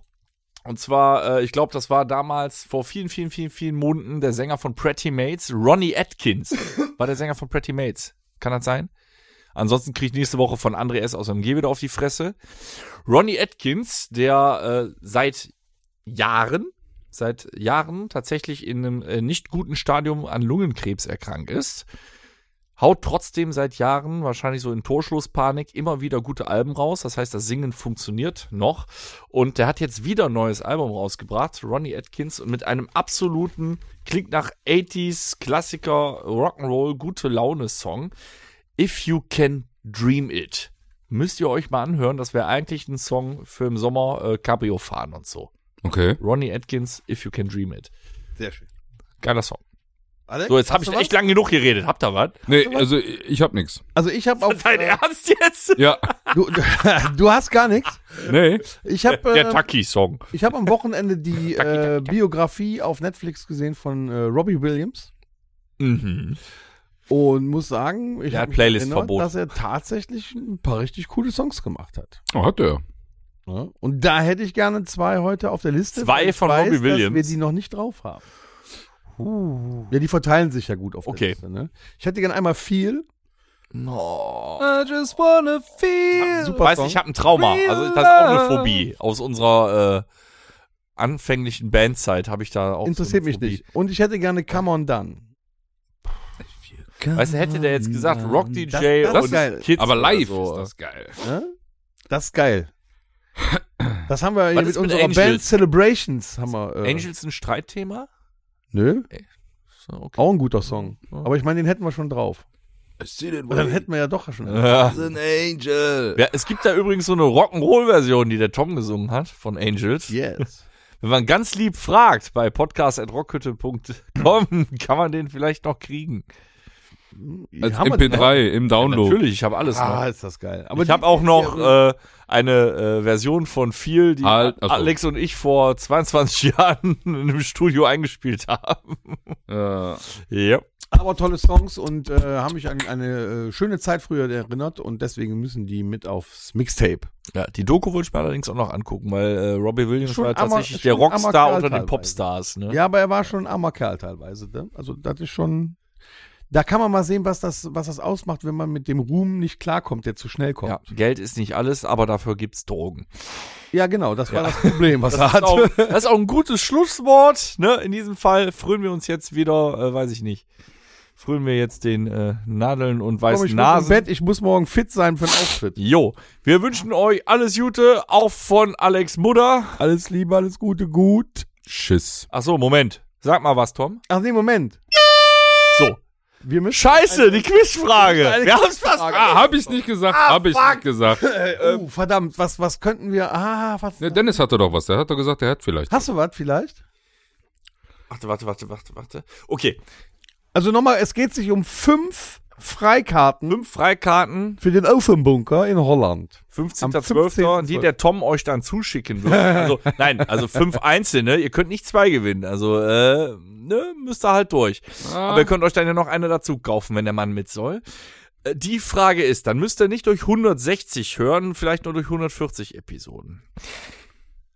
Speaker 3: Und zwar, äh, ich glaube, das war damals vor vielen, vielen, vielen, vielen Monaten der Sänger von Pretty Mates, Ronnie Atkins. War der Sänger von Pretty Mates. Kann das sein? Ansonsten kriege ich nächste Woche von André S. aus MG wieder auf die Fresse. Ronnie Atkins, der äh, seit Jahren, seit Jahren tatsächlich in einem äh, nicht guten Stadium an Lungenkrebs erkrankt ist haut trotzdem seit Jahren, wahrscheinlich so in Torschlusspanik, immer wieder gute Alben raus. Das heißt, das Singen funktioniert noch. Und der hat jetzt wieder ein neues Album rausgebracht, Ronnie Atkins, und mit einem absoluten, klingt nach 80s Klassiker, Rock'n'Roll, gute Laune-Song. If You Can Dream It. Müsst ihr euch mal anhören, das wäre eigentlich ein Song für im Sommer äh, Cabrio fahren und so.
Speaker 4: Okay.
Speaker 3: Ronnie Atkins, If You Can Dream It.
Speaker 2: Sehr schön.
Speaker 3: Geiler Song.
Speaker 2: Alex,
Speaker 3: So, jetzt
Speaker 2: hast
Speaker 3: habe ich
Speaker 2: du
Speaker 3: echt
Speaker 2: was?
Speaker 3: lang genug geredet. Habt ihr was?
Speaker 4: Nee, also ich ich hab nix.
Speaker 2: Also ich habe auf.
Speaker 3: Dein Ernst jetzt?
Speaker 4: Ja.
Speaker 2: Du, du hast gar nichts.
Speaker 4: Nee.
Speaker 2: Ich habe
Speaker 3: Der
Speaker 2: äh,
Speaker 3: Taki-Song.
Speaker 2: ich hab am Wochenende die äh, Biografie auf Netflix gesehen von äh, Robbie Williams
Speaker 3: Mhm.
Speaker 2: und muss sagen, ich
Speaker 3: Der
Speaker 2: hab
Speaker 3: hat
Speaker 2: mich
Speaker 3: Playlist-Verbot.
Speaker 2: erinnert, dass er tatsächlich ein paar richtig coole Songs gemacht hat.
Speaker 4: Oh, hat er.
Speaker 2: Ja. Und da hätte ich gerne zwei heute auf der Liste.
Speaker 3: Zwei
Speaker 2: weil ich
Speaker 3: von
Speaker 2: weiß,
Speaker 3: Robbie Williams.
Speaker 2: Dass wir die noch nicht drauf haben. Ja, die verteilen sich ja gut auf
Speaker 3: Okay.
Speaker 2: der Liste. Ne? Ich hätte gerne einmal viel.
Speaker 4: I just wanna feel.
Speaker 2: Oh. Super
Speaker 3: Weiß,
Speaker 2: Song.
Speaker 3: Äh, ich habe ein Trauma. Also das ist auch eine Phobie. Aus unserer äh, anfänglichen Bandzeit habe ich da auch. so
Speaker 2: Interessiert
Speaker 3: eine
Speaker 2: mich
Speaker 3: Phobie.
Speaker 2: nicht. Und ich hätte gerne Come On Done.
Speaker 3: Weißt du, hätte der jetzt gesagt, Rock DJ
Speaker 2: das ist
Speaker 3: und
Speaker 2: geil.
Speaker 3: Kids
Speaker 4: Aber
Speaker 3: oder
Speaker 4: live
Speaker 3: so. äh.
Speaker 4: ist das geil.
Speaker 2: Ne? Das ist geil. Das haben wir hier
Speaker 3: Was
Speaker 2: mit
Speaker 3: ist mit
Speaker 2: unserer
Speaker 3: Angels?
Speaker 2: Band Celebrations. Haben wir, äh,
Speaker 3: Angels ein Streitthema?
Speaker 2: Nö,
Speaker 3: So, Äh, okay.
Speaker 2: auch ein guter Song. Aber ich meine, den hätten wir schon drauf. Und dann hätten wir ja doch schon.
Speaker 3: Ja.
Speaker 4: an angel.
Speaker 3: Ja, es gibt da übrigens so eine Rock'n'Roll-Version, die der Tom gesungen hat von Angels.
Speaker 2: Yes.
Speaker 3: Wenn man ganz lieb fragt bei podcast.rockhütte.com, kann man den vielleicht noch kriegen.
Speaker 4: Als
Speaker 2: Haben wir die noch?
Speaker 4: MP3 im Download.
Speaker 3: Natürlich, ich habe alles
Speaker 2: Ah,
Speaker 3: noch.
Speaker 2: ist das geil. Aber
Speaker 3: ich habe auch noch äh, eine äh, Version von viel, die
Speaker 4: Al- achso.
Speaker 3: Alex und ich vor 22 Jahren in einem Studio eingespielt haben.
Speaker 4: Ja.
Speaker 3: Ja.
Speaker 2: aber tolle Songs und äh, haben mich an eine äh, schöne Zeit früher erinnert und deswegen müssen die mit aufs Mixtape.
Speaker 3: ja, die Doku wollte ich mir allerdings auch noch angucken, weil äh, Robbie Williams
Speaker 2: Schon
Speaker 3: war
Speaker 2: armer-
Speaker 3: tatsächlich der
Speaker 2: schon armer
Speaker 3: Rockstar
Speaker 2: Kerl
Speaker 3: unter den
Speaker 2: teilweise.
Speaker 3: Popstars. Ne?
Speaker 2: Ja, aber er war schon ein armer Kerl teilweise. Ne? Also das ist schon. Da kann man mal sehen, was das, was das ausmacht, wenn man mit dem Ruhm nicht klarkommt, der zu schnell kommt.
Speaker 3: Ja,
Speaker 2: Ja,
Speaker 3: Geld ist nicht alles, aber dafür gibt's Drogen.
Speaker 2: genau, das war das Problem, was er
Speaker 3: Das ist, auch,
Speaker 2: hatte.
Speaker 3: das ist auch ein gutes Schlusswort. Ne? In diesem Fall frönen wir uns jetzt wieder, äh, weiß ich nicht, frönen wir jetzt den äh, Nadeln und
Speaker 2: Komm,
Speaker 3: weißen
Speaker 2: ich muss im
Speaker 3: Nasen.
Speaker 2: Bett, ich muss morgen fit sein für den Auftritt.
Speaker 3: Jo, wir wünschen euch alles Gute, auch von Alex Mutter.
Speaker 2: Alles Liebe, alles Gute, gut.
Speaker 4: Schiss.
Speaker 3: Ach so, Moment. Sag mal was, Tom.
Speaker 2: Ach nee, Moment.
Speaker 3: So.
Speaker 2: Wir müssen.
Speaker 3: Scheiße, die Quizfrage.
Speaker 2: Eine
Speaker 3: Wir haben's fast.
Speaker 4: Ah, hab ich nicht gesagt, hab ich nicht gesagt.
Speaker 2: oh, verdammt, was, was könnten wir. Ah, was.
Speaker 4: Ja, Dennis hatte doch was, der hat doch gesagt, er hat vielleicht.
Speaker 2: Hast du was vielleicht?
Speaker 3: Warte, warte, warte, warte, warte. Okay.
Speaker 2: Also nochmal, es geht sich um fünf Freikarten
Speaker 3: Fünf Freikarten,
Speaker 2: für den Ofenbunker in Holland.
Speaker 3: 15.12., die
Speaker 2: 15.12..
Speaker 3: der Tom euch dann zuschicken wird. Also, nein, also fünf einzelne. Ihr könnt nicht zwei gewinnen. Also, äh, ne, müsst ihr halt durch. Aber ihr könnt euch dann ja noch eine dazu kaufen, wenn der Mann mit soll. Äh, Die Frage ist, dann müsst ihr nicht durch 160 hören, vielleicht nur durch 140 Episoden.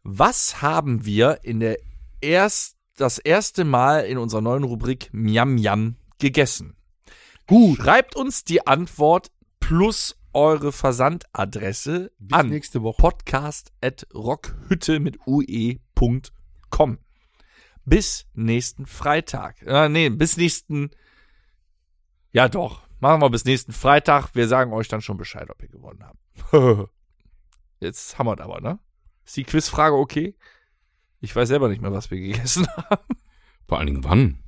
Speaker 3: Was haben wir in der erst, das erste Mal in unserer neuen Rubrik Miam Miam gegessen? Gut. Schreibt uns die Antwort plus eure Versandadresse an
Speaker 2: nächste Woche.
Speaker 3: podcast at rockhütte mit ue.com. Bis nächsten Freitag. Äh, nee, bis nächsten. Ja, doch. Machen wir bis nächsten Freitag. Wir sagen euch dann schon Bescheid, ob ihr gewonnen habt. Jetzt haben wir es aber, ne? Ist die Quizfrage okay? Ich weiß selber nicht mehr, was wir gegessen haben.
Speaker 4: Vor allen Dingen wann?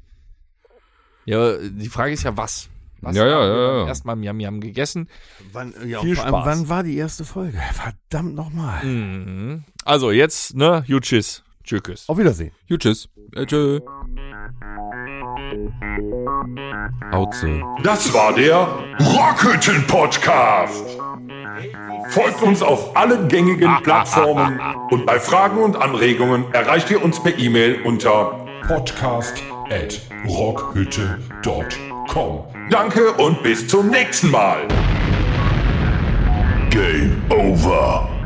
Speaker 3: Ja, die Frage ist ja, was? was
Speaker 4: Ja, ja,
Speaker 3: haben wir
Speaker 4: ja,
Speaker 3: beim
Speaker 4: ja.
Speaker 3: ersten Mal Miam Miam gegessen.
Speaker 2: Wann, ja,
Speaker 3: Viel
Speaker 2: vor allem,
Speaker 3: Spaß.
Speaker 2: Wann war die erste Folge? Verdammt nochmal.
Speaker 3: Mhm. Also jetzt, ne? Jutschis. Tschüss.
Speaker 2: Auf Wiedersehen.
Speaker 4: Gut, tschüss. Äh, tschö. Auze.
Speaker 1: Das war der Rockhütten Podcast. Folgt uns auf allen gängigen Plattformen und bei Fragen und Anregungen erreicht ihr uns per E-Mail unter podcast@rockhütte.com. Danke und bis zum nächsten Mal. Game over.